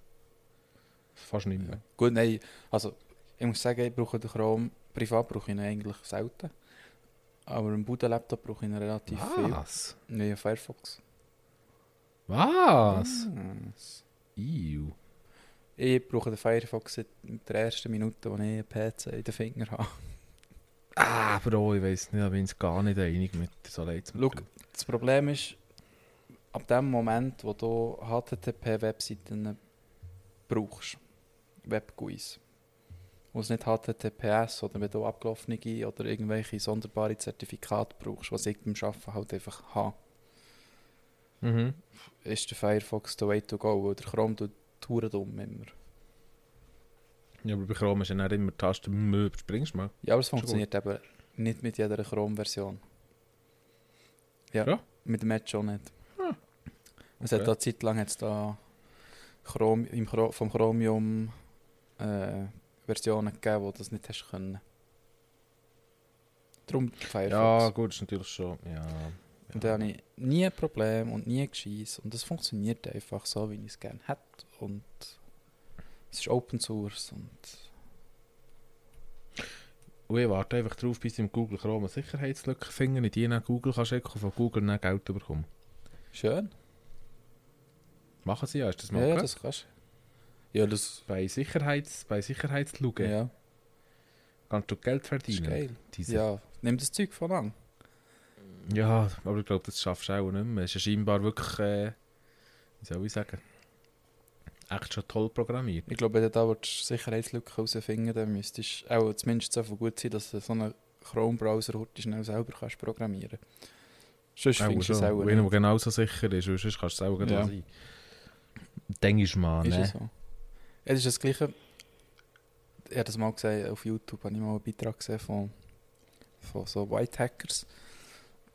Speaker 3: Fast nicht mehr.
Speaker 4: Ja. Gut, nein, also ich muss sagen, ich brauche den Chrome, privat brauche ich ihn eigentlich selten. Aber einen Buden-Laptop brauche ich ihn relativ
Speaker 3: Ah. Was?
Speaker 4: viel. Nein, Firefox.
Speaker 3: Was?
Speaker 4: Hm.
Speaker 3: Iu.
Speaker 4: Ich brauche den Firefox seit der ersten Minute, als ich einen PC in den Finger habe.
Speaker 3: Ah, Bro, ich weiß nicht, ich bin ich gar nicht einig mit so leid.
Speaker 4: Schau, das Problem ist, ab dem Moment, wo du HTTP-Webseiten brauchst, Web-GUIs, wo es nicht HTTPS oder wenn du abgelaufene oder irgendwelche sonderbare Zertifikate brauchst, was ich beim Arbeiten halt einfach habe,
Speaker 3: Mhm.
Speaker 4: ist der Firefox the way to go, weil der Chrome tut Touren dumm immer.
Speaker 3: Ja, aber bei Chrome ist ja nicht immer die Taste, «Mö, überspringst du mal.
Speaker 4: Ja, aber es
Speaker 3: gut.
Speaker 4: funktioniert eben nicht mit jeder Chrome-Version. Ja,
Speaker 3: Ja?
Speaker 4: mit dem Edge schon nicht.
Speaker 3: Ah,
Speaker 4: Es hat
Speaker 3: okay.
Speaker 4: da Zeit lang jetzt da Chrom, im Chro, vom Chromium äh, Versionen gegeben, wo du das nicht hast können. Darum
Speaker 3: Ja,
Speaker 4: Firefox.
Speaker 3: gut, ist natürlich schon. Ja.
Speaker 4: Und da habe ich nie ein Problem und nie gescheiss. Und das funktioniert einfach so, wie ich es gerne hätte. Und es ist Open Source und
Speaker 3: Und ich warte einfach darauf, bis ich im Google Chrome eine Sicherheitslücke finde, in die nach Google kann schicken und von Google dann Geld bekommen.
Speaker 4: Schön.
Speaker 3: Machen sie ja, ist das
Speaker 4: Ja,
Speaker 3: mal
Speaker 4: ja,
Speaker 3: gehört?
Speaker 4: das kannst du. Ja, das
Speaker 3: Bei, Sicherheits, bei Sicherheitslügen
Speaker 4: ja,
Speaker 3: kannst du Geld
Speaker 4: das ist
Speaker 3: verdienen.
Speaker 4: geil.
Speaker 3: Diese-
Speaker 4: Ja, nimm das Zeug von an.
Speaker 3: Ja, oh, aber ich glaube, das schaffst du auch nicht mehr. Es ist ja scheinbar wirklich, äh, wie soll ich sagen, echt schon toll programmiert.
Speaker 4: Ich glaube, wenn du da willst Sicherheitslücken herausfinden dann müsstest du auch zumindest so viel gut sein, dass du so einen Chrome-Browser heute schnell selber kannst programmieren kannst. Sonst
Speaker 3: Auch
Speaker 4: findest du es
Speaker 3: schon.
Speaker 4: auch
Speaker 3: Wenn er
Speaker 4: nicht.
Speaker 3: genauso sicher ist, weil sonst kannst du es auch gleich
Speaker 4: Ja.
Speaker 3: sein. Denkst du mal,
Speaker 4: Ist ja
Speaker 3: ne?
Speaker 4: so. Es ist das Gleiche. Ich habe das mal gesehen, auf YouTube habe ich mal einen Beitrag gesehen von, von so White Hackers.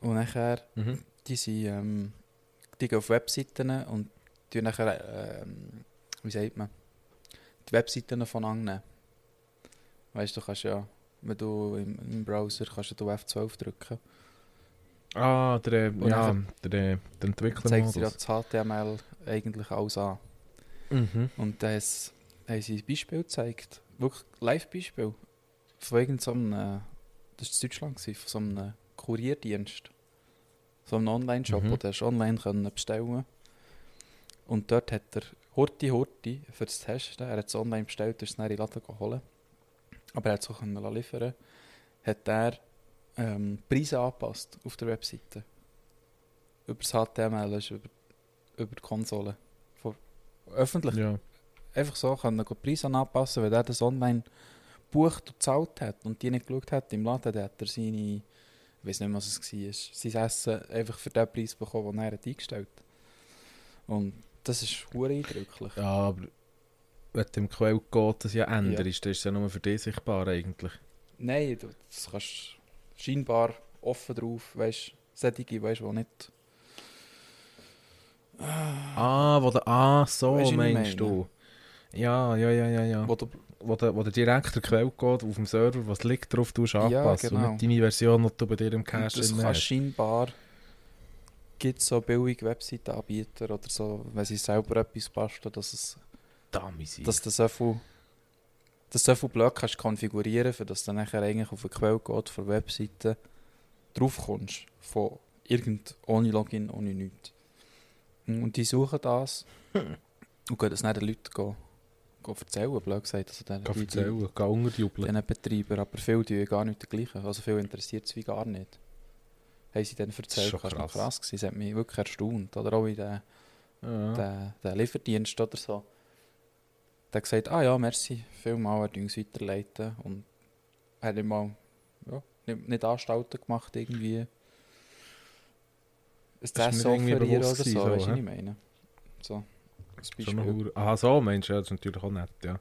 Speaker 4: Und nachher,
Speaker 3: Mhm.
Speaker 4: die sind, ähm, die gehen auf Webseiten und die nachher, ähm, wie sagt man, die Webseiten von annehmen. Weißt du, du kannst ja, wenn du im, im Browser kannst du auf F12 drücken,
Speaker 3: Ah, der, äh,
Speaker 4: Und
Speaker 3: ja,
Speaker 4: nachher-
Speaker 3: der, äh, der
Speaker 4: dann zeigt dir ja
Speaker 3: Entwicklermodus.
Speaker 4: das HTML eigentlich alles an.
Speaker 3: Mhm.
Speaker 4: Und da has- haben sie ein Beispiel gezeigt. Wirklich Live-Beispiel. Von irgendeinem, so einem, äh, das war in Deutschland, gewesen, von so einem Kurierdienst. So einem Online-Shop,
Speaker 3: Mhm.
Speaker 4: wo du hast online können bestellen Und dort hat er Horti Horti für das Testen, er hat es online bestellt, ist es dann in den Laden geholt. Aber er hat es auch können lassen liefern hat er ähm, Preise angepasst auf der Webseite. Über das HTML, also über, über die Konsole. Vor, öffentlich
Speaker 3: Ja.
Speaker 4: einfach so können die Preise anpassen, wenn er das online bucht und gezahlt hat und die nicht geschaut hat im Laden, dann hat er seine, ich weiß nicht mehr, was es war, sein Essen einfach für den Preis bekommen, den er hat eingestellt hat. Und das ist sehr eindrücklich.
Speaker 3: ja, aber wenn du im Quellcode das dus ja änderst, dann ist es ja nur für dich sichtbar eigentlich.
Speaker 4: Nein, du, das kannst scheinbar offen drauf, weißt du, solche, weißt du, die nicht.
Speaker 3: Ah, wo der, ah so
Speaker 4: Weisst du, wie ich
Speaker 3: meinst
Speaker 4: meine?
Speaker 3: du? Ja, ja, ja, ja, ja.
Speaker 4: Wo du,
Speaker 3: wo der, wo der direkt der Quelle geht, auf dem Server, was liegt drauf, du
Speaker 4: Ja,
Speaker 3: anpasst.
Speaker 4: genau.
Speaker 3: Und nicht deine Version, die du bei dir im
Speaker 4: und
Speaker 3: Cache
Speaker 4: das
Speaker 3: drin
Speaker 4: kannst
Speaker 3: hast.
Speaker 4: scheinbar. Gibt so billige Webseitenanbieter oder so, wenn sie selber etwas basteln, dass es
Speaker 3: Dummy sein.
Speaker 4: dass du so viel, dass du so viel Blöcke kannst konfigurieren kannst, dass du nachher eigentlich auf eine Quelle geht von Webseiten draufkommst. Von irgend ohne Login, ohne nichts. Hm, Und die suchen das
Speaker 3: Hm.
Speaker 4: und gehen das dann den Leuten go, go erzählen, blöd gesagt. Also den,
Speaker 3: Geh
Speaker 4: die-
Speaker 3: erzählen, geh unterjubeln.
Speaker 4: den Betreibern, aber viele tun ja gar nicht dergleichen. Also viel interessiert es wie gar nicht. Haben sie dann
Speaker 3: Das ist
Speaker 4: erzählt,
Speaker 3: schon
Speaker 4: das war krass.
Speaker 3: krass.
Speaker 4: krass gewesen. Das hat mich wirklich erstaunt. Oder auch in den
Speaker 3: Ja.
Speaker 4: der, der Lieferdienst oder so, der gesagt, ah ja, merci, vielmal, er tut uns weiterleiten. Und er hat nicht mal ja, nicht, nicht Anstalten gemacht irgendwie. Ein
Speaker 3: mir
Speaker 4: Test offerieren
Speaker 3: irgendwie
Speaker 4: oder so,
Speaker 3: bewusst
Speaker 4: weißt
Speaker 3: gewesen,
Speaker 4: du,
Speaker 3: so,
Speaker 4: was
Speaker 3: hä?
Speaker 4: ich meine? So, als
Speaker 3: So eine
Speaker 4: Beispiel.
Speaker 3: Hure- Aha, so meinst du, ja, das ist natürlich auch nett, ja.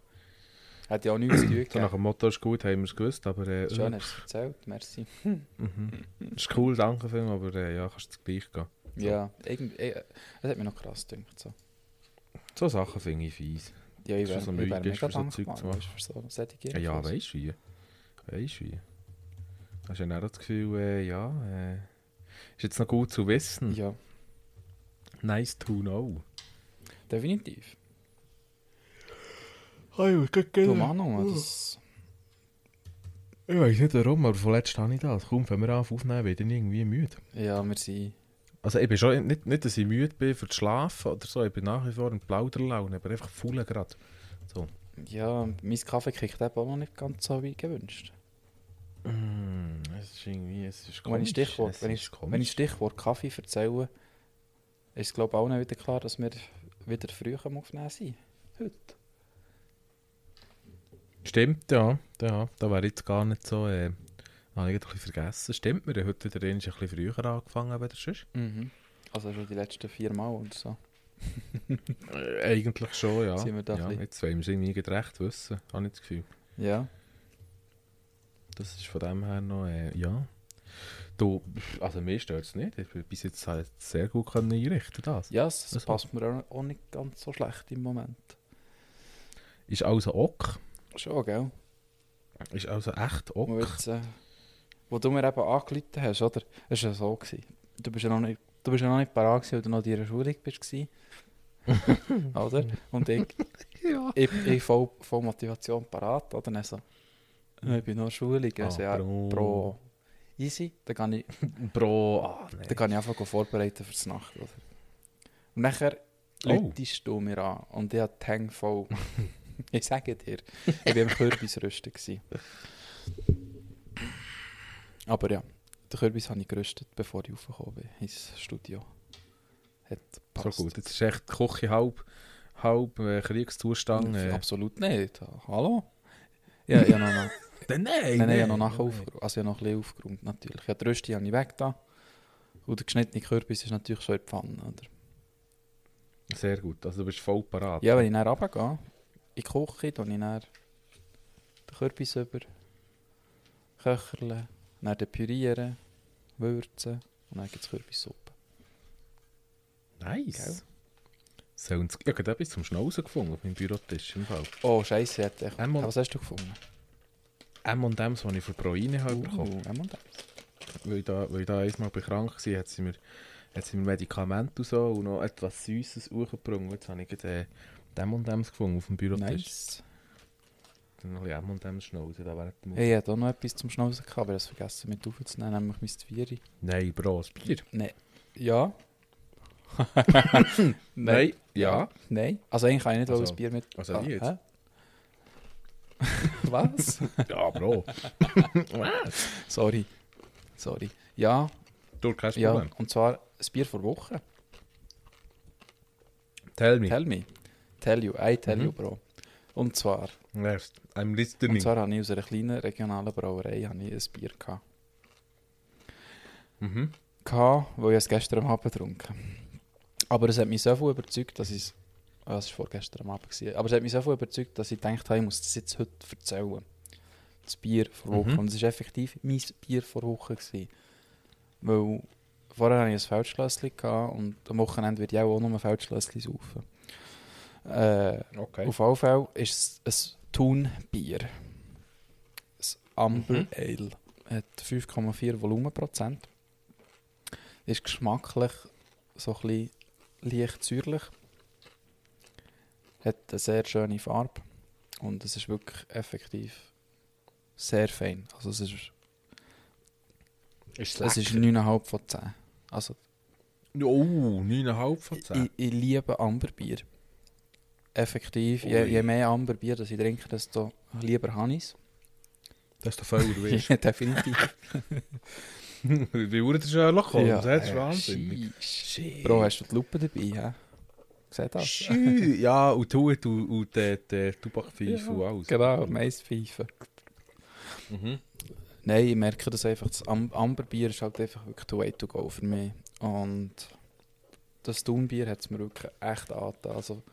Speaker 4: Hat ja auch nichts zu tun
Speaker 3: So nach
Speaker 4: gehabt.
Speaker 3: dem Motto ist gut, haben wir es gewusst, aber äh,
Speaker 4: Schön,
Speaker 3: äh,
Speaker 4: hast du es erzählt, merci.
Speaker 3: mhm. ist cool, danke vielmals, aber äh, ja, kannst du gleich gehen.
Speaker 4: Ja, irgendwie, eh, das hat mich noch krass gedacht. So.
Speaker 3: So Sachen finde ich fies.
Speaker 4: Ja, ich
Speaker 3: Dass du so
Speaker 4: wäre wär ich wär
Speaker 3: müde bist,
Speaker 4: mega
Speaker 3: für so Zeug
Speaker 4: dankbar,
Speaker 3: zu machen.
Speaker 4: weißt du, für so solche
Speaker 3: Ja, ja
Speaker 4: Infos.
Speaker 3: weißt du wie? Weißt du wie? Hast du ja dann das Gefühl, äh, ja, äh, ist jetzt noch gut zu wissen.
Speaker 4: Ja,
Speaker 3: Nice to know.
Speaker 4: definitiv.
Speaker 3: Hey,
Speaker 4: Du Manu, das...
Speaker 3: Ich weiß nicht warum, aber von letztem habe ich das. Kaum, wenn wir auf aufnehmen, werde ich irgendwie müde.
Speaker 4: Ja, wir sind.
Speaker 3: Also ich bin schon, nicht, nicht, dass ich müde bin für das Schlafen oder so, ich bin nach wie vor in Plauderlaune, aber einfach faul gerade.
Speaker 4: Ja, mein Kaffee kriegt eben auch noch nicht ganz so wie gewünscht.
Speaker 3: Mm, es ist irgendwie, es ist
Speaker 4: Und wenn ich, Stichwort,
Speaker 3: es
Speaker 4: wenn,
Speaker 3: ist
Speaker 4: ich,
Speaker 3: komisch.
Speaker 4: wenn ich Stichwort Kaffee erzähle, ist glaube ich auch noch wieder klar, dass wir wieder früh am Aufnehmen sind. Heute.
Speaker 3: Stimmt, ja. ja da wäre ich jetzt gar nicht so... Äh, habe ich gerade ein bisschen vergessen. Stimmt, wir haben heute wieder einmal ein bisschen früher angefangen, aber das ist...
Speaker 4: Also schon die letzten vier Mal oder so.
Speaker 3: Äh, eigentlich schon, ja.
Speaker 4: Sind wir da ein
Speaker 3: ja
Speaker 4: bisschen-
Speaker 3: jetzt wollen wir es irgendwie gerade recht wissen, habe ich das Gefühl.
Speaker 4: Ja.
Speaker 3: Das ist von dem her noch, äh, ja. Du, also mir stört es nicht. Ich bin bis jetzt halt sehr gut können einrichten das.
Speaker 4: Ja, es
Speaker 3: Also.
Speaker 4: passt mir auch- auch nicht ganz so schlecht im Moment.
Speaker 3: Ist also ok.
Speaker 4: Schon, gell?
Speaker 3: Ist also echt
Speaker 4: Wo,
Speaker 3: ok.
Speaker 4: jetzt, äh, wo du mir eben angeleitet hast, oder? Es war ja so. Gewesen. Du bist ja noch nicht, du bist ja noch nicht parat, gewesen, weil du noch in deiner Schulung warst. oder? Und ich.
Speaker 3: Ja.
Speaker 4: ich, ich voll, voll Motivation parat, oder? Dann so, Ich bin noch Schulung, also
Speaker 3: Ah,
Speaker 4: ja,
Speaker 3: Pro.
Speaker 4: pro easy. Dann kann ich,
Speaker 3: Pro. Ah, nein.
Speaker 4: dann kann ich einfach vorbereiten für die Nacht. Oder? Und nachher
Speaker 3: Oh.
Speaker 4: läutest du mir an und ich habe die Hänge voll. ich sage dir, ich war im Kürbisrösten. gewesen. Aber ja, den Kürbis habe ich geröstet, bevor ich aufgekommen bin ins Studio. Hat
Speaker 3: So
Speaker 4: gepasst.
Speaker 3: gut. Jetzt ist echt die Küche halb, halb äh, Kriegszustand. Äh.
Speaker 4: Absolut nicht. Hallo? Ja, ja, noch, noch,
Speaker 3: Nein, nein,
Speaker 4: nein, nein, ich habe noch nachher
Speaker 3: Oh,
Speaker 4: aufgeräumt. Also ich habe noch ein bisschen aufgeräumt, natürlich. Ja, die Rösti habe ich weg da. Und der geschnittene Kürbis ist natürlich schon in die Pfanne, oder?
Speaker 3: Sehr gut. Also du bist voll parat.
Speaker 4: Ja, wenn ich dann runtergehe, in die Küche, dann ich dann den Kürbis über, köcherle, dann den pürieren, würzen und dann gibt es Kürbissuppe.
Speaker 3: Nice.
Speaker 4: Gell?
Speaker 3: Sounds... Ich habe gerade etwas zum Schnauzen gefunden auf meinem Bürotisch. Im Fall.
Speaker 4: Oh, scheiße, ich hätte echt...
Speaker 3: Einmal-
Speaker 4: Was hast du gefunden?
Speaker 3: M&M's, die ich für Proine habe bekommen
Speaker 4: Uh, M&M's.
Speaker 3: weil ich da, weil ich da einmal krank war, hat sie mir, hat sie mir Medikamente und so und noch etwas Süßes hochgebracht. Jetzt habe ich gerade, äh, dem und dems gefunden auf dem Bürotisch.
Speaker 4: Nice.
Speaker 3: Dann noch ein bisschen dem und dems schnauzen. Da während dem
Speaker 4: Hey, ich hatte auch noch etwas zum Schnauzen, gehabt, aber ich habe es vergessen mit aufzunehmen, nämlich mein Zwiebel.
Speaker 3: Nein, Bro, ein Bier?
Speaker 4: Nein. Ja. Ne,
Speaker 3: Nein. Ja.
Speaker 4: Nein. Also eigentlich kann ich nicht
Speaker 3: Also-
Speaker 4: also, ein Bier mit...
Speaker 3: also ich jetzt.
Speaker 4: hä? Was?
Speaker 3: Ja, Bro.
Speaker 4: Sorry. Sorry. Ja,
Speaker 3: du, kein
Speaker 4: ja.
Speaker 3: Problem.
Speaker 4: Und zwar ein Bier vor Woche.
Speaker 3: Tell me.
Speaker 4: Tell me. Tell you. I tell
Speaker 3: Mhm.
Speaker 4: you, Bro. Und zwar,
Speaker 3: Yes, I'm
Speaker 4: und
Speaker 3: listening.
Speaker 4: zwar habe ich aus einer kleinen regionalen Brauerei habe ich ein Bier gehabt.
Speaker 3: Mhm.
Speaker 4: gehabt, weil ich es gestern am Abend getrunken habe. Aber es hat mich so viel überzeugt, dass ich es... Oh, das war vorgestern am Abend. Gewesen. Aber es hat mich so viel überzeugt, dass ich gedacht habe, ich muss das jetzt heute erzählen. Das Bier vor Wochen.
Speaker 3: Mhm.
Speaker 4: Und es war effektiv mein Bier vor Wochen. Gewesen. Weil vorher hatte ich ein Feldschlösschen gehabt und am Wochenende werde ich auch nur Feldschlösschen saufen. Äh,
Speaker 3: Okay.
Speaker 4: auf alle Fälle ist es ein Thunbier. Ein Amber
Speaker 3: Mhm.
Speaker 4: Ale. Hat 5,4 Volumenprozent. Ist geschmacklich so ein bisschen leicht säuerlich. Hat eine sehr schöne Farbe. Und es ist wirklich effektiv sehr fein. Also es ist,
Speaker 3: Ist
Speaker 4: es ist 9,5 von 10. Also
Speaker 3: Oh, 9,5 von 10.
Speaker 4: ich, ich liebe Amberbier. Effektiv, je,
Speaker 3: Ui.
Speaker 4: je mehr Amberbier das ich trinke, desto lieber habe ich
Speaker 3: Das ist der Feuerwisch.
Speaker 4: Definitiv.
Speaker 3: Wie wurde das schon angekommen?
Speaker 4: Ja, Äh,
Speaker 3: Das ist
Speaker 4: ja,
Speaker 3: wahnsinnig.
Speaker 4: sheesh.
Speaker 3: Shit.
Speaker 4: Bro, hast du die Lupe dabei? Hä? Seht das?
Speaker 3: Schü, ja, und du und, und der, der Tubakpfeife
Speaker 4: Ja,
Speaker 3: und alles.
Speaker 4: Genau, meist pfeifen.
Speaker 3: Mhm.
Speaker 4: Nein, ich merke das einfach. Das Am Amberbier ist halt einfach wirklich the way to go für mich. Und das Thunbier hat es mir wirklich echt angetan. Also,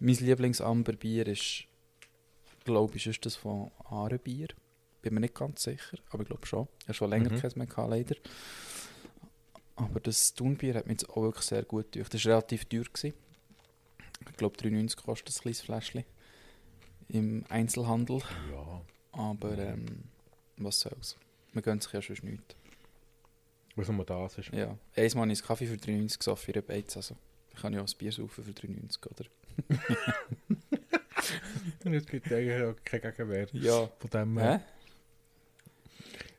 Speaker 4: mein Lieblings-Amberbier ist, glaube ich, ist das von Arenbier. Bin mir nicht ganz sicher, aber ich glaube schon. Ich habe schon länger
Speaker 3: Mhm.
Speaker 4: keins mehr gehabt, leider. Aber das Thunbier hat mir jetzt auch wirklich sehr gut durch. Das war relativ teuer. Gewesen. Ich glaube, 3,90 kostet ein kleines Fläschchen im Einzelhandel.
Speaker 3: Ja.
Speaker 4: Aber ähm, was soll's. Wir gönnen sich ja schon nichts.
Speaker 3: Was nur das ist.
Speaker 4: Ja. Einmal habe ich einen Kaffee für 93 gesoffen in einer Beiz. Also, ich kann ja auch ein Bier saufen für 93, oder?
Speaker 3: Es gibt eigentlich auch keinen Gegenwert.
Speaker 4: Ja.
Speaker 3: Von dem her,
Speaker 4: Hä?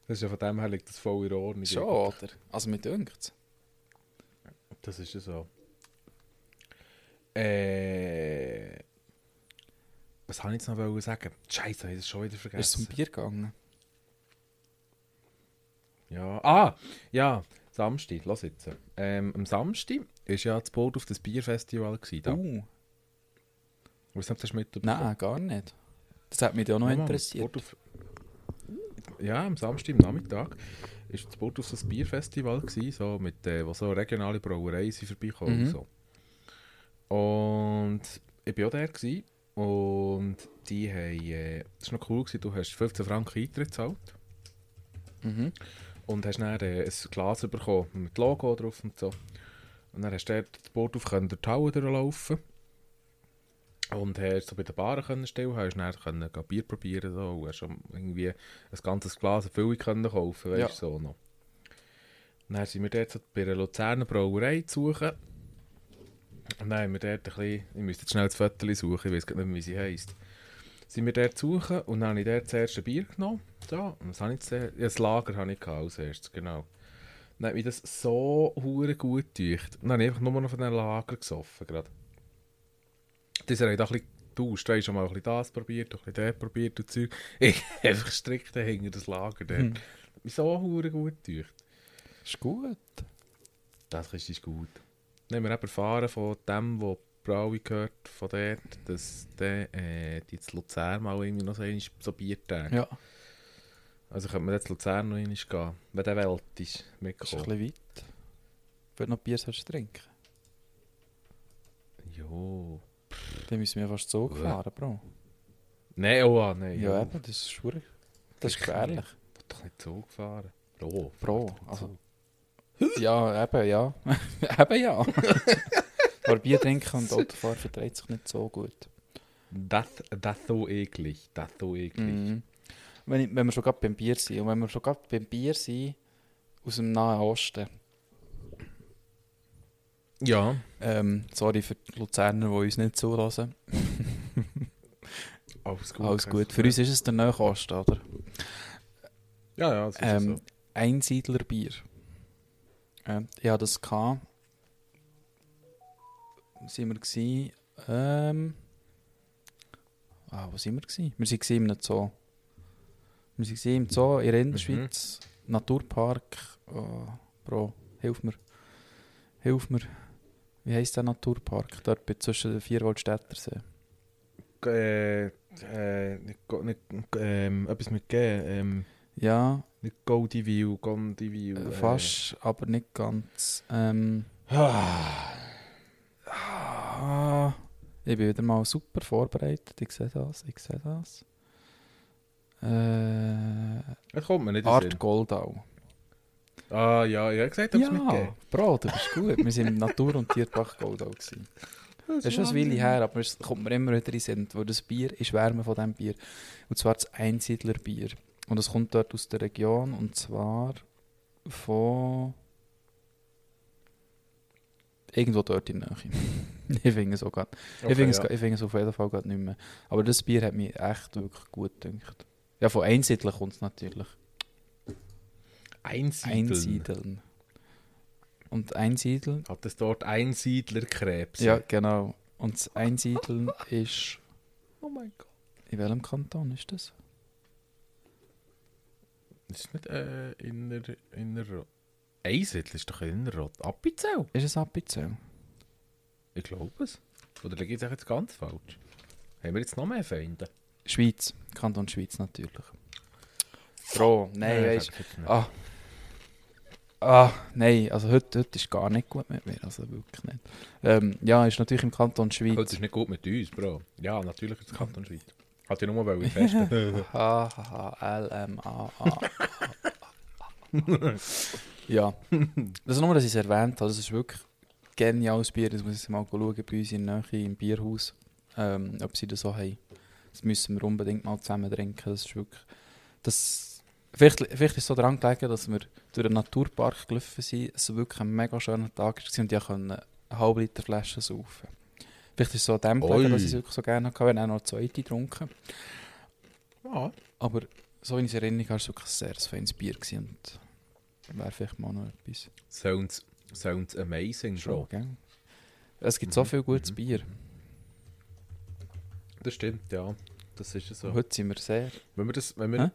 Speaker 3: das ist ja von dem her liegt das voll in Ordnung.
Speaker 4: Schon, oder? Also, mir dünkt's.
Speaker 3: Das ist ja so. Äh. Was wollte ich jetzt noch wollen sagen? Scheiße, habe ich das schon wieder
Speaker 4: es. Ist zum
Speaker 3: vergessen.
Speaker 4: Bier gegangen?
Speaker 3: Ja. Ah! Ja, Samstag, lass jetzt. Ähm, am Samstag war ja das Boot auf das Bierfestival. Gewesen, da.
Speaker 4: Uh,
Speaker 3: Was hast du mitbekommen?
Speaker 4: nein, gar nicht. Das hat mich ja auch noch
Speaker 3: Ja, Mann,
Speaker 4: interessiert.
Speaker 3: das Boot auf- Ja, am Samstag, am Nachmittag, war das Boot auf das Bierfestival, gewesen, so, mit, äh, wo so regionale Brauereien sind vorbeikommen. und
Speaker 4: Mhm.
Speaker 3: So. Und ich war auch der gewesen, und die haben, äh, das war noch cool, gewesen, du hast 15 Franken Eintritt gezahlt
Speaker 4: Mhm.
Speaker 3: und hast dann äh, ein Glas bekommen mit Logo drauf und so. Und dann hast du dort das Boot auf können durch die Halle durchlaufen und hast so bei der Bar können stehen, hast dann können gehen Bier probieren so, und hast schon irgendwie ein ganzes Glas Füllung können kaufen, weißt
Speaker 4: Ja.
Speaker 3: du, so noch. Und dann sind wir dort so bei der Luzerner Brauerei zu suchen. Und dann haben wir dort ein bisschen, ich müsste jetzt schnell das Viertel suchen, ich weiß gar nicht mehr, wie sie heisst. sind wir dort zu suchen und dann habe ich dort das erste Bier genommen. Ja, und das, habe ich zuerst- ja, das Lager habe ich gehabt als erstes, genau. Dann hat mich das so hure gut getäuscht. Und dann habe ich einfach nur noch von diesem Lager gesoffen. Gerade. Das habe ich da ein bisschen getauscht. Da habe ich schon mal ein bisschen das probiert, ein bisschen das probiert und Zeug. Ich einfach strikt hinter das Lager dort.
Speaker 4: Hm.
Speaker 3: Hat mich so hure gut getäuscht.
Speaker 4: Ist gut.
Speaker 3: Das ist ist gut. Dann haben wir eben erfahren von dem, der Braui gehört, von dort, dass der, äh, die zu Luzern mal irgendwie noch so einmal so Bier trägt.
Speaker 4: Ja,
Speaker 3: Also könnte man jetzt zu Luzern noch einmal gehen, wenn der Welt ist
Speaker 4: ist ein
Speaker 3: mitgekommen.
Speaker 4: bisschen weit. Wenn du noch Bier sollst trinken,
Speaker 3: Jo.
Speaker 4: dann müssen wir fast Zug
Speaker 3: Ja.
Speaker 4: fahren, Bro.
Speaker 3: Nein, oh ah, nein.
Speaker 4: Ja,
Speaker 3: jo.
Speaker 4: eben, das ist schwierig. Das ist
Speaker 3: Ich kann
Speaker 4: gefährlich.
Speaker 3: Ich will doch nicht Zug fahren. Bro.
Speaker 4: Bro, also,
Speaker 3: Also.
Speaker 4: ja, eben, ja. eben, ja. Aber Bier trinken und Autofahren verträgt sich nicht so gut.
Speaker 3: Das, das so eklig. Das so eklig.
Speaker 4: Mhm. Wenn, ich, wenn wir schon gerade beim Bier sind, und wenn wir schon gerade beim Bier sind, aus dem Nahen Osten,
Speaker 3: Ja.
Speaker 4: ähm, sorry für die Luzerner, die uns nicht zulassen,
Speaker 3: Alles gut. also,
Speaker 4: alles
Speaker 3: kein
Speaker 4: gut. Für
Speaker 3: Problem.
Speaker 4: uns ist es der Nahe Osten, oder?
Speaker 3: Ja, ja, das ist
Speaker 4: Ähm,
Speaker 3: so.
Speaker 4: Einsiedlerbier. Ähm, ich hatte das. Gehabt. Sind wir gsi? Ähm. Ah, wo sind wir gsi? Wir waren im Zoo. Wir waren im Zoo in Rendenschweiz, Naturpark. Oh, Bro, hilf mir. Hilf mir. Wie heisst der Naturpark? Dort bei- zwischen den Vierwaldstättersee.
Speaker 3: Äh, äh, nicht, go- nicht, ähm, etwas mit G. Ähm,
Speaker 4: Ja,
Speaker 3: nicht Goldie View, Goldie View.
Speaker 4: äh, fast, aber nicht ganz. Ähm. Ah, ich bin wieder mal super vorbereitet. Ich sehe das, ich sehe das. Äh,
Speaker 3: Äh, kommt mir nicht in den
Speaker 4: Art Goldau.
Speaker 3: Sinn. Ah, ja, ich habe gesagt, ob es mit G.
Speaker 4: Bro, du bist gut. Wir sind im Natur- und Tierpark Goldau. Gewesen. Das ist schon ein Weile her, aber es kommt mir immer wieder in den Sinn, weil das Bier ist Wärme von diesem Bier. Und zwar das Einsiedlerbier. Und es kommt dort aus der Region und zwar von irgendwo dort in der Nähe. ich finde es auch gar
Speaker 3: Okay,
Speaker 4: ich finde es,
Speaker 3: ja.
Speaker 4: ga- ich finde es auf jeden Fall gerade nicht mehr. Aber das Bier hat mich echt wirklich gut gedacht. Ja, von Einsiedeln kommt es natürlich.
Speaker 3: Einsiedeln.
Speaker 4: Einsiedeln. Und Einsiedeln,
Speaker 3: Hat es dort Einsiedlerkrebs?
Speaker 4: ja genau. Und das Einsiedeln ist,
Speaker 3: Oh mein Gott.
Speaker 4: in welchem Kanton ist das?
Speaker 3: Ist es nicht äh, in der, in der Einsiedel ist doch in der Rot. Appenzell?
Speaker 4: Ist es Appenzell?
Speaker 3: Ich glaube es. Oder liege ich jetzt ganz falsch? Haben wir jetzt noch mehr Feinde?
Speaker 4: Schweiz, Kanton Schweiz natürlich. Bro, nein,
Speaker 3: ich
Speaker 4: weißt
Speaker 3: sag's jetzt nicht.
Speaker 4: Ah. Ah, nein, also heute, heute ist gar nicht gut mit mir, also wirklich nicht. Ähm, ja, ist natürlich im Kanton
Speaker 3: Heute
Speaker 4: Schweiz.
Speaker 3: ist nicht gut mit uns, Bro. Ja, natürlich ist es Kanton Schweiz. Hat ich nur mal testen.
Speaker 4: H, H, H, L, M, A, A. ja. Das ist nur, dass ich es erwähnt habe. Das ist wirklich geniales Bier. Das muss ich mal schauen bei uns in der Nähe im Bierhaus, ähm, ob sie das so haben. Das müssen wir unbedingt mal zusammen trinken. Das ist wirklich... Das, vielleicht, vielleicht ist es so daran gelegen, dass wir durch den Naturpark gelaufen sind. Es war wirklich ein mega schöner Tag war und ich konnte eine halbe Liter Flasche saufen. Vielleicht ist es so an dem gelegen,
Speaker 3: Oi.
Speaker 4: dass ich es wirklich so gerne hatte. Wir haben auch noch eine zweite getrunken.
Speaker 3: ja.
Speaker 4: Aber so wie ich es erinnere, war es wirklich ein sehr feines Bier. gewesen Und wäre vielleicht mal noch etwas.
Speaker 3: Sounds, sounds amazing, Bro. Mhm.
Speaker 4: gell? Es gibt so viel gutes Bier.
Speaker 3: Das stimmt, ja. Das ist es so.
Speaker 4: Heute sind wir sehr.
Speaker 3: Wenn wir das, wenn
Speaker 4: Hä?
Speaker 3: wir,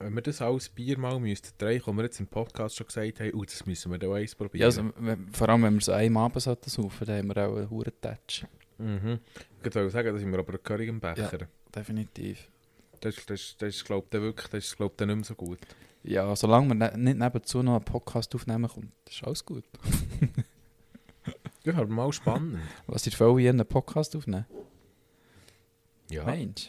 Speaker 3: wenn wir das alles Bier mal müssten drehen, kommen wir jetzt im Podcast schon gesagt haben, oh, das müssen wir da eins probieren.
Speaker 4: Ja, also, wenn- vor allem, wenn wir es einem Abend sollten saufen, dann haben wir auch einen hohen Touch.
Speaker 3: mhm. Ich würde sagen, da sind wir aber gehörig im Becher.
Speaker 4: Definitiv.
Speaker 3: Das, das, das ist, glaube ich, wirklich, das ist, glaub, ich, dann nicht mehr so gut.
Speaker 4: Ja, solange wir ne nicht nebenzu noch einen Podcast aufnehmen kommt, ist alles gut.
Speaker 3: Ja, aber mal spannend.
Speaker 4: Was ihr voll hier einen Podcast aufnehmen?
Speaker 3: ja.
Speaker 4: Mensch.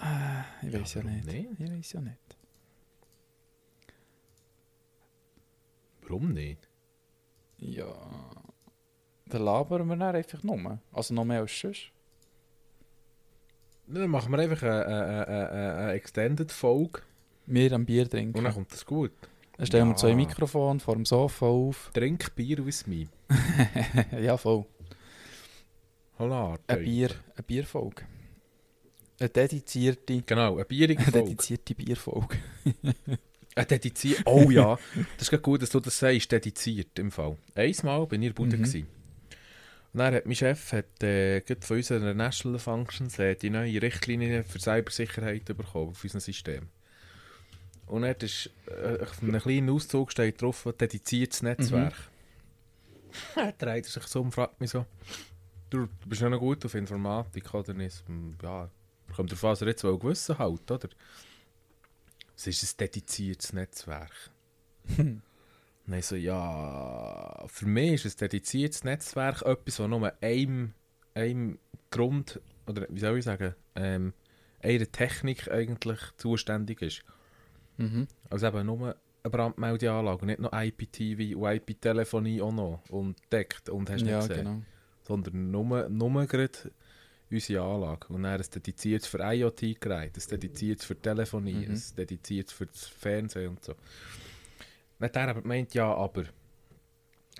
Speaker 4: Äh, ich
Speaker 3: Ja,
Speaker 4: weiß ja,
Speaker 3: warum
Speaker 4: nicht.
Speaker 3: nicht?
Speaker 4: Ich weiß ja nicht.
Speaker 3: Warum nicht?
Speaker 4: Ja. Dann labern wir dann einfach nur. Also noch mehr als sonst.
Speaker 3: Dann machen wir einfach eine, eine, eine, eine, eine Extended-Folge
Speaker 4: Wir am Bier trinken.
Speaker 3: und dann kommt das gut.
Speaker 4: Dann stellen wir
Speaker 3: Ja.
Speaker 4: zwei Mikrofone vor dem Sofa auf.
Speaker 3: Trink Bier aus mir.
Speaker 4: ja, voll.
Speaker 3: Hollard.
Speaker 4: Eine, Bier, eine Bierfolge. Eine dedizierte,
Speaker 3: Genau, eine bierige
Speaker 4: eine
Speaker 3: Folge.
Speaker 4: dedizierte Bierfolge.
Speaker 3: Eine dedizierte. Oh ja, das ist gerade gut, dass du das sagst, dediziert im Fall. Einmal bin ich in der Bude.
Speaker 4: Mhm.
Speaker 3: gsi. Und dann hat mein Chef hat, äh, gerade von unseren National Functions äh, die neue Richtlinien für Cybersicherheit bekommen, auf unserem System. Und dort ist äh, auf einem kleinen Auszug steht drauf, ein dediziertes Netzwerk. Mhm. er dreht sich so und fragt mich so, du bist ja noch gut auf Informatik, oder nicht? Hm, Ja, kommt darauf an, was er jetzt wohl gewissen halt, oder? Es ist ein dediziertes Netzwerk.
Speaker 4: Hm.
Speaker 3: Nein, so, ja, für mich ist ein dediziertes Netzwerk etwas, das nur einem, einem Grund, oder wie soll ich sagen, ähm, einer Technik eigentlich zuständig ist.
Speaker 4: Mhm.
Speaker 3: Also eben nur eine Brandmeldeanlage, und nicht noch IPTV und IP-Telefonie auch noch und deckt und hast
Speaker 4: Ja,
Speaker 3: nicht gesehen.
Speaker 4: genau.
Speaker 3: Sondern nur, nur gerade unsere Anlage. Und dann ein dediziertes für IoT-Geräte, ein dediziertes für Telefonie,
Speaker 4: Mhm.
Speaker 3: ein dediziertes für das Fernsehen und so. Dann hat er aber gemeint, ja, aber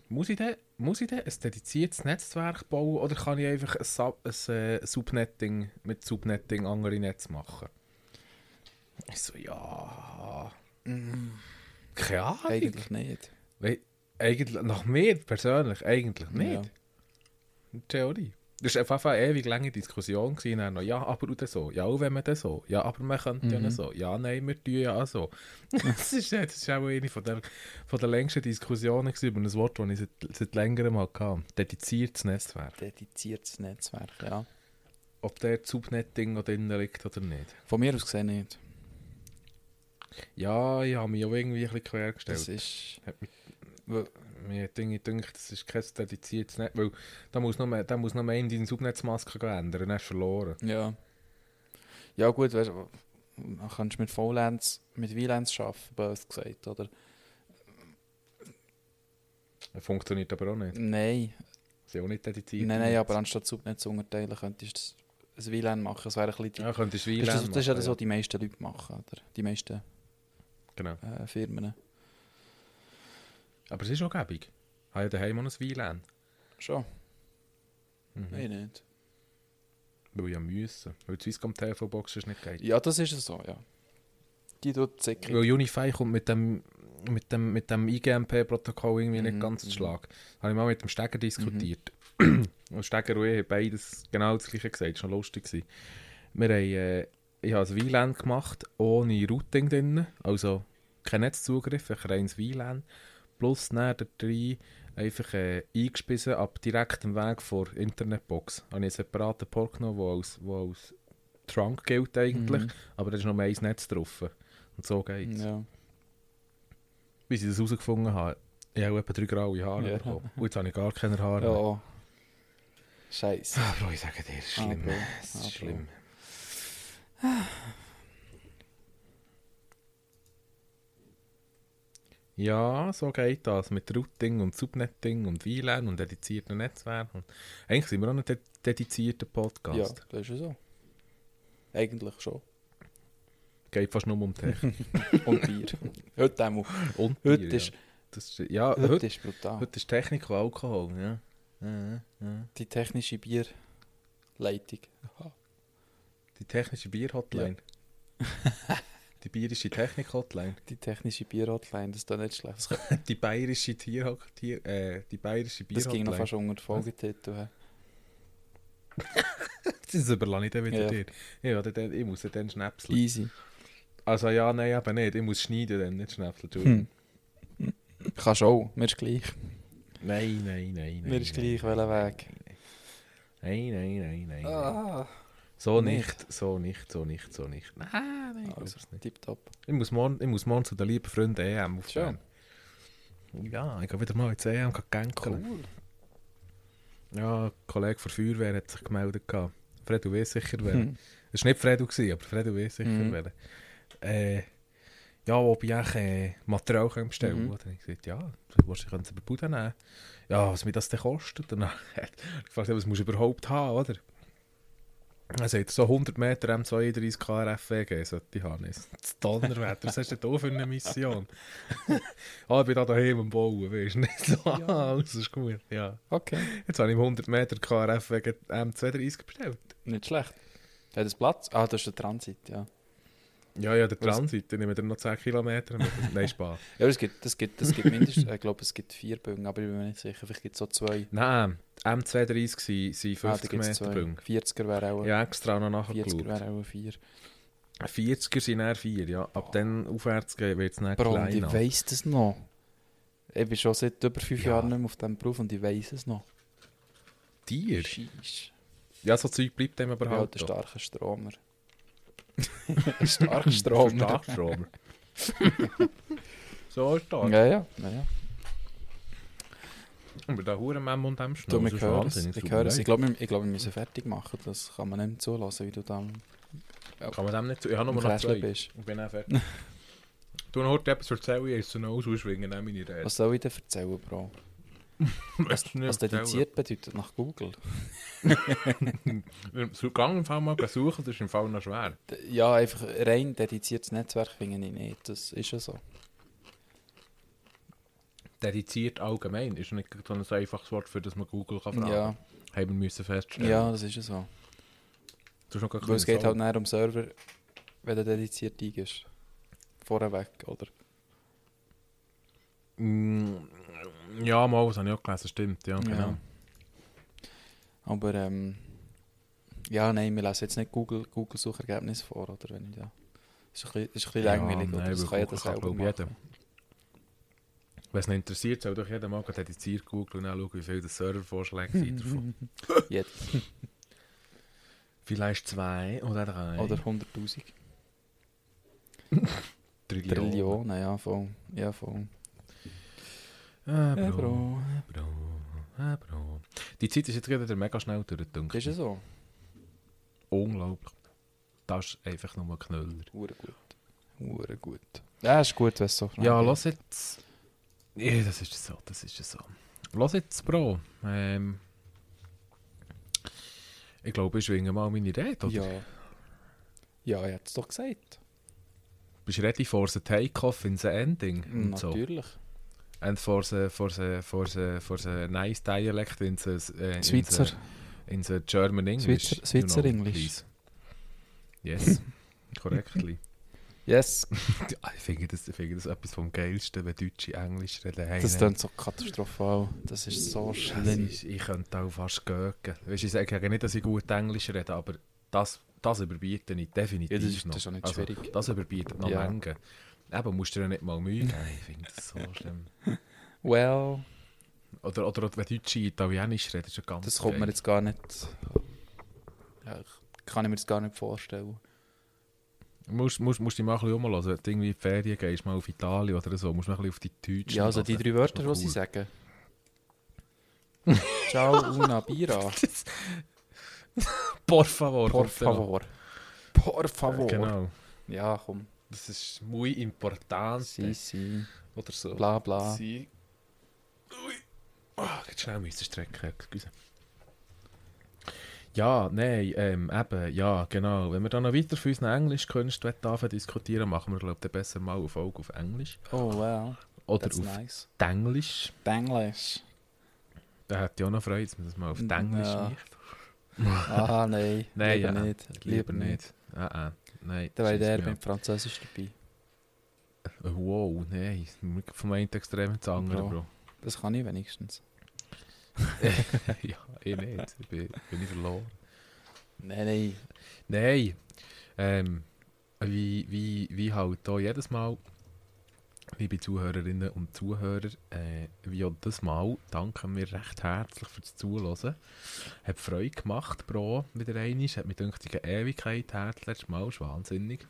Speaker 3: muss ich denn, muss ich denn ein dediziertes Netzwerk bauen oder kann ich einfach ein, Sub, ein, äh, Subnetting mit Subnetting andere Netze machen? Ich so, ja. Keine Ahnung.
Speaker 4: Eigentlich nicht.
Speaker 3: Wei- Eigentlich, nach mir persönlich, eigentlich nicht.
Speaker 4: Ja.
Speaker 3: In Theorie. Das war auf jeden Fall eine ewig lange Diskussion. Gewesen, dann noch, ja, aber oder so. Ja, auch wenn man das so. Ja, aber man könnte ja
Speaker 4: Mhm.
Speaker 3: noch so. Ja, nein, wir tun ja auch so. das ist, äh, das ist auch eine von der, von der längsten Diskussionen gewesen, über ein Wort, das ich seit, seit längerem mal hatte. Dediziertes Netzwerk.
Speaker 4: Dediziertes Netzwerk, ja.
Speaker 3: Ob der Subnetting noch drin liegt oder nicht.
Speaker 4: Von mir aus gesehen nicht.
Speaker 3: Ja, ich habe mich auch irgendwie ein bisschen quergestellt.
Speaker 4: Das ist...
Speaker 3: Hat
Speaker 4: Weil-
Speaker 3: Mir denke, ich denke, das ist kein dediziertes Netz, weil da muss noch mehr, da muss noch mehr in deine Subnetzmaske ändern, dann hast du verloren.
Speaker 4: Ja. Ja gut, weißt du, dann kannst du mit VLANs, mit VLANs arbeiten, bös gesagt, oder?
Speaker 3: Das Funktioniert aber auch nicht.
Speaker 4: Nein,
Speaker 3: Das ist ja auch nicht dediziert.
Speaker 4: nein, nein, aber anstatt Subnetz zu unterteilen, könntest du das- ein WLAN machen, es wäre ein bisschen... die-
Speaker 3: Ja, könntest du WLAN
Speaker 4: das, ist das, das ist ja
Speaker 3: machen,
Speaker 4: das, was die meisten Leute machen, oder? Die meisten
Speaker 3: Genau.
Speaker 4: äh, Firmen.
Speaker 3: Aber es ist auch gäbig. Ich habe ja daheim auch noch ein WLAN.
Speaker 4: Schon,
Speaker 3: Mhm.
Speaker 4: nein, nicht.
Speaker 3: Weil ich ja müssen. Weil die Swisscom-Telefonbox ist nicht geht.
Speaker 4: Ja, das ist so, ja. Die tut sicher.
Speaker 3: Weil Unify kommt mit dem, mit dem, mit dem IGMP-Protokoll irgendwie nicht
Speaker 4: Mhm,
Speaker 3: ganz zu
Speaker 4: mhm.
Speaker 3: Schlag. Das habe ich mal mit dem Steger diskutiert. und Steger und ich haben beides genau das gleiche gesagt. Das war noch lustig. gewesen. Wir haben, äh, ich habe ein WLAN gemacht, ohne Routing drin. Also kein Netzzugriff, ein reines WLAN. Plus dann der 3 einfach äh, eingespissen ab direktem Weg vor Internetbox. Habe ich einen separaten Port genommen, der als, wo als Trunk gilt eigentlich.
Speaker 4: Mhm.
Speaker 3: Aber da ist noch mehr ein Netz drauf. Und so geht's.
Speaker 4: Ja.
Speaker 3: Bis ich das herausgefunden habe, ich habe etwa drei graue Haare
Speaker 4: Ja.
Speaker 3: bekommen. Und jetzt habe ich gar keine Haare mehr.
Speaker 4: ja. Scheiße.
Speaker 3: Ah, Bro, ich sage dir, es ist schlimm.
Speaker 4: Ah, Bro.
Speaker 3: Es
Speaker 4: Ah,
Speaker 3: ist
Speaker 4: Bro.
Speaker 3: schlimm. Ja, so geht das mit Routing und Subnetting und WLAN und dedizierten Netzwerken. Und eigentlich sind wir auch ein de dedizierter
Speaker 4: Ja,
Speaker 3: Podcast.
Speaker 4: das ist so. Eigentlich schon.
Speaker 3: Geht fast nur um Technik.
Speaker 4: Und Bier. heute einmal.
Speaker 3: und Bier,
Speaker 4: Heute ist,
Speaker 3: ja. Das ist, ja, heute,
Speaker 4: Ah, heute
Speaker 3: heute,
Speaker 4: ist brutal.
Speaker 3: ist Technik und Alkohol. Ja. Ja, ja.
Speaker 4: Die technische Bierleitung.
Speaker 3: Die technische Bier-Hotline. Die bayerische Technik-Hotline.
Speaker 4: Die technische Bierhotline, das ist doch nicht schlecht. Das,
Speaker 3: Die bayerische Tier, Tier äh, die bayerische
Speaker 4: das ging noch
Speaker 3: Bierhotline.
Speaker 4: fast unter die Folgetitel. hä?
Speaker 3: Das überlasse ich dann wieder
Speaker 4: Ja.
Speaker 3: dir. Ja, dann- dann, ich muss ja dann schnäpseln.
Speaker 4: Easy.
Speaker 3: Also ja, nein, eben nicht. Ich muss schneiden dann, nicht schnäpseln. Entschuldigung.
Speaker 4: Hm. Kannst auch, mir ist gleich.
Speaker 3: Nein, nein, nein, nein.
Speaker 4: mir ist
Speaker 3: nein.
Speaker 4: gleich, welcher Weg.
Speaker 3: Nein, nein, nein, nein. nein.
Speaker 4: Ah,
Speaker 3: So
Speaker 4: Nicht.
Speaker 3: nicht, so nicht, so nicht, so nicht. Nein, nein, ich
Speaker 4: Also.
Speaker 3: glaube es nicht.
Speaker 4: tipptopp.
Speaker 3: Ich muss, morgen, ich muss morgen zu den lieben Freunden EM auf
Speaker 4: Schon.
Speaker 3: Bern. Ja, ich gehe wieder mal ins EM gänkeln. Ja, ein Kollege von der Feuerwehr hat sich gemeldet. gehabt. Fredu weiß sicher wer.
Speaker 4: Hm.
Speaker 3: Es war nicht Fredu, gewesen, aber Fredu weiß sicher
Speaker 4: Mhm.
Speaker 3: wer. Äh, ja, ob ich auch äh, Material kann bestellen
Speaker 4: Mhm.
Speaker 3: kann. Dann habe ich gesagt, ja, du kannst es über die Bude nehmen. Ja, was mir das denn kostet? Und dann hat er gefragt, ja, was musst du überhaupt haben, oder? Er sagt, so 100 Meter M32 KRFWG sollte ich haben. Das Donnerwetter, was hast du denn da für eine Mission? ah, ich bin da daheim am Bauen, weißt du nicht? So,
Speaker 4: Ja.
Speaker 3: ah, alles ist gut. Ja.
Speaker 4: Okay.
Speaker 3: Jetzt habe ich im 100 Meter KRFWG M32 bestellt.
Speaker 4: Nicht schlecht. Hat das Platz? Ah, das ist der Transit, ja.
Speaker 3: Ja, ja, der
Speaker 4: Was-
Speaker 3: Transit, dann nehmen wir noch 10 Kilometer. mit. Nein, Spaß.
Speaker 4: Ja, es gibt, es gibt, es gibt mindestens, ich glaube, es gibt vier Bögen, aber ich bin mir nicht sicher. Vielleicht gibt es so zwei.
Speaker 3: Nein, ähm, M32 sind- sind
Speaker 4: Ah, da
Speaker 3: 50
Speaker 4: gibt's
Speaker 3: Meter
Speaker 4: zwei.
Speaker 3: Punkte.
Speaker 4: 40er wäre auch,
Speaker 3: Ich habe extra noch
Speaker 4: 40er
Speaker 3: nachgeschaut.
Speaker 4: wäre auch vier.
Speaker 3: 40er sind eher 4, ja. Ab dann aufwärts wird es nicht
Speaker 4: Ah. Bro, und ich
Speaker 3: kleiner.
Speaker 4: weiss das noch. Ich bin schon seit über fünf
Speaker 3: Ja.
Speaker 4: Jahren nicht mehr auf diesem Beruf und ich weiss es noch.
Speaker 3: Tier?
Speaker 4: Scheiss.
Speaker 3: Ja, so Zeug bleibt dem
Speaker 4: Ich
Speaker 3: aber
Speaker 4: bin halt
Speaker 3: halt
Speaker 4: ein
Speaker 3: doch.
Speaker 4: starker Stromer. ein starker Stromer.
Speaker 3: Stark Stromer. so stark.
Speaker 4: Ja, ja. ja, ja.
Speaker 3: Aber da huren Mem und dem
Speaker 4: Du,
Speaker 3: Schnell.
Speaker 4: wir
Speaker 3: das ist
Speaker 4: hören es.
Speaker 3: Wahnsinn, es
Speaker 4: Wir
Speaker 3: tut
Speaker 4: hören
Speaker 3: mir
Speaker 4: es. Ich
Speaker 3: leid.
Speaker 4: glaube, wir, ich glaub, wir müssen fertig machen. Das kann man nicht mehr zulassen, wie du da am
Speaker 3: Kann man dem nicht zu... Ich habe
Speaker 4: am
Speaker 3: nur noch
Speaker 4: Kräscheln
Speaker 3: zwei.
Speaker 4: bist.
Speaker 3: Ich bin auch fertig. Du noch heute etwas erzählen, ich esse noch aus, sonst schwingen auch meine Rede.
Speaker 4: Was soll ich dir erzählen, Bro? Was dediziert bedeutet nach Google?
Speaker 3: So gang im Fall mal suchen, das ist im Fall noch schwer.
Speaker 4: D- Ja, einfach rein dediziertes Netzwerk finde ich nicht. Das ist ja so.
Speaker 3: Dediziert allgemein ist nicht so ein einfaches Wort, für das man Google kann fragen
Speaker 4: Ja,
Speaker 3: Haben wir müssen feststellen.
Speaker 4: ja, das ist ja so.
Speaker 3: Du hast noch gar
Speaker 4: Weil es
Speaker 3: keine
Speaker 4: geht halt
Speaker 3: Zahl.
Speaker 4: näher um Server, wenn du dediziert eingibst. Vorweg, oder?
Speaker 3: Mm, Ja, mal, das habe ich auch gelesen, stimmt. Ja, genau.
Speaker 4: Ja. Aber ähm, ja, nein, wir lesen jetzt nicht Google, Google Suchergebnisse vor, oder wenn ich da. Ist ein bisschen, ist ein bisschen
Speaker 3: Ja,
Speaker 4: langweilig, oder?
Speaker 3: nein, weil
Speaker 4: das kann ja
Speaker 3: Google
Speaker 4: das
Speaker 3: kann,
Speaker 4: selber
Speaker 3: glaub ich,
Speaker 4: machen.
Speaker 3: Wenn es nicht interessiert, soll doch jeder mal gerade dediziert googeln und auch schauen, wie viele Servervorschläge sind davon.
Speaker 4: Jetzt.
Speaker 3: Vielleicht zwei oder drei.
Speaker 4: Oder 100'000.
Speaker 3: Trillionen.
Speaker 4: Trillionen, ja, voll. Ja, voll.
Speaker 3: Ah, Bro.
Speaker 4: Ja, Bro.
Speaker 3: Bro. Ah, Bro. Die Zeit ist jetzt gerade wieder mega schnell durch, denke
Speaker 4: Ist ja so.
Speaker 3: Unglaublich. Das ist einfach nur ein Knüller.
Speaker 4: Hure gut. Hure gut. Ja, ist gut, wenn es so
Speaker 3: Ja, los jetzt. Ja, das ist so, das ist so. Los jetzt, Bro. Ähm, ich glaube, ich schwinge mal meine Rede, oder?
Speaker 4: Ja. Ja, ich hätte es doch gesagt.
Speaker 3: Bist du ready for the take-off and the ending? Und so.
Speaker 4: Natürlich.
Speaker 3: And for the, for the, for the, for the nice dialect in the, äh, in
Speaker 4: Schweizer.
Speaker 3: the- In the German English.
Speaker 4: Schweizer- Schweizer English.
Speaker 3: please. Yes, correctly.
Speaker 4: Yes.
Speaker 3: Ja, ich finde das, ich finde das etwas vom Geilsten, wenn Deutsche Englisch reden. Hey,
Speaker 4: Das
Speaker 3: nein.
Speaker 4: klingt so katastrophal. Das ist so
Speaker 3: Das
Speaker 4: schlimm.
Speaker 3: ist, ich könnte auch fast göken. Weißt, du, ich sage ja nicht, dass ich gut Englisch rede, aber das, das überbiete ich definitiv
Speaker 4: Ja, das ist-
Speaker 3: noch.
Speaker 4: das ist auch nicht
Speaker 3: also,
Speaker 4: schwierig.
Speaker 3: Das überbietet noch
Speaker 4: Ja.
Speaker 3: Mengen. Eben, musst du dir ja nicht mal Mühe geben. Ich finde das so schlimm.
Speaker 4: Well,
Speaker 3: Oder, oder, oder wenn Deutsche Italienisch reden, ist ja ganz
Speaker 4: das kommt mir jetzt gar nicht. Ja, ich- kann ich mir das gar nicht vorstellen.
Speaker 3: Du musst, musst, musst dich mal ein bisschen umhören. Wenn du irgendwie in die Ferien gehst, mal auf Italien oder so, musst du mal ein bisschen auf die Deutschen
Speaker 4: Ja, also die
Speaker 3: hören.
Speaker 4: drei Wörter,
Speaker 3: Das
Speaker 4: die
Speaker 3: ist
Speaker 4: sie
Speaker 3: noch
Speaker 4: sagen. Ciao, una bira.
Speaker 3: cool. Por favor.
Speaker 4: Por
Speaker 3: kommt dann noch.
Speaker 4: favor. Por favor.
Speaker 3: Genau.
Speaker 4: Ja, komm.
Speaker 3: Das ist muy importante.
Speaker 4: Si, si.
Speaker 3: Oder so.
Speaker 4: Bla, bla.
Speaker 3: Sie. Ui. Ah, jetzt schnell müssen strecken. Excuse. Ja, nein, ähm, eben, ja, genau. Wenn wir dann noch weiter für unseren Englischkunst anfangen diskutieren, machen wir, glaube ich, dann besser mal eine Folge auf Englisch.
Speaker 4: Oh, well.
Speaker 3: Oder
Speaker 4: That's
Speaker 3: auf
Speaker 4: nice.
Speaker 3: Denglisch.
Speaker 4: Denglisch.
Speaker 3: Da hätte ich auch noch Freude, dass man das mal auf
Speaker 4: Mm,
Speaker 3: Denglisch
Speaker 4: ja.
Speaker 3: macht.
Speaker 4: Ah, nein.
Speaker 3: Nein,
Speaker 4: lieber
Speaker 3: ja.
Speaker 4: nicht.
Speaker 3: Lieber nicht. Ah, ah, nein.
Speaker 4: Da wäre der
Speaker 3: scheisse mir
Speaker 4: mit Französisch dabei.
Speaker 3: an. Wow, nein. Vom einen Extrem zum anderen,
Speaker 4: Bro.
Speaker 3: Bro.
Speaker 4: Das kann ich wenigstens.
Speaker 3: ja, ich nicht. Ich bin, bin ich verloren.
Speaker 4: Nein, nein.
Speaker 3: Nein. Ähm, wie, wie, wie halt hier jedes Mal, liebe Zuhörerinnen und Zuhörer, äh, wie auch das Mal, danken wir recht herzlich fürs Zuhören. Hat Freude gemacht, Bro, wieder einmal. Hat mir gedacht, ich eine Ewigkeit her, das letzte Mal, ist wahnsinnig.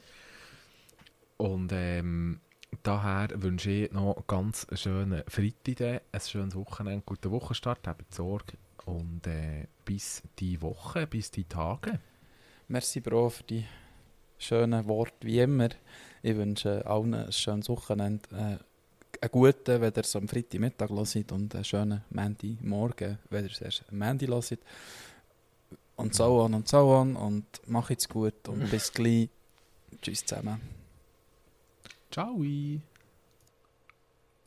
Speaker 3: Und ähm, daher wünsche ich noch ganz einen schönen Freitag, dann, ein schönes Wochenende, guten Wochenstart, habt Sorge und äh, bis die Woche, bis die Tage.
Speaker 4: Merci, Bro, für die schönen Worte, wie immer. Ich wünsche allen ein schönes Wochenende. Äh, einen guten, wenn ihr es am Freitagmittag hört und einen schönen Mandy morgen, wenn ihr es erst am Mandy hört. und so on und so on und mach jetzt gut und bis gleich. Tschüss zusammen.
Speaker 3: Ciao.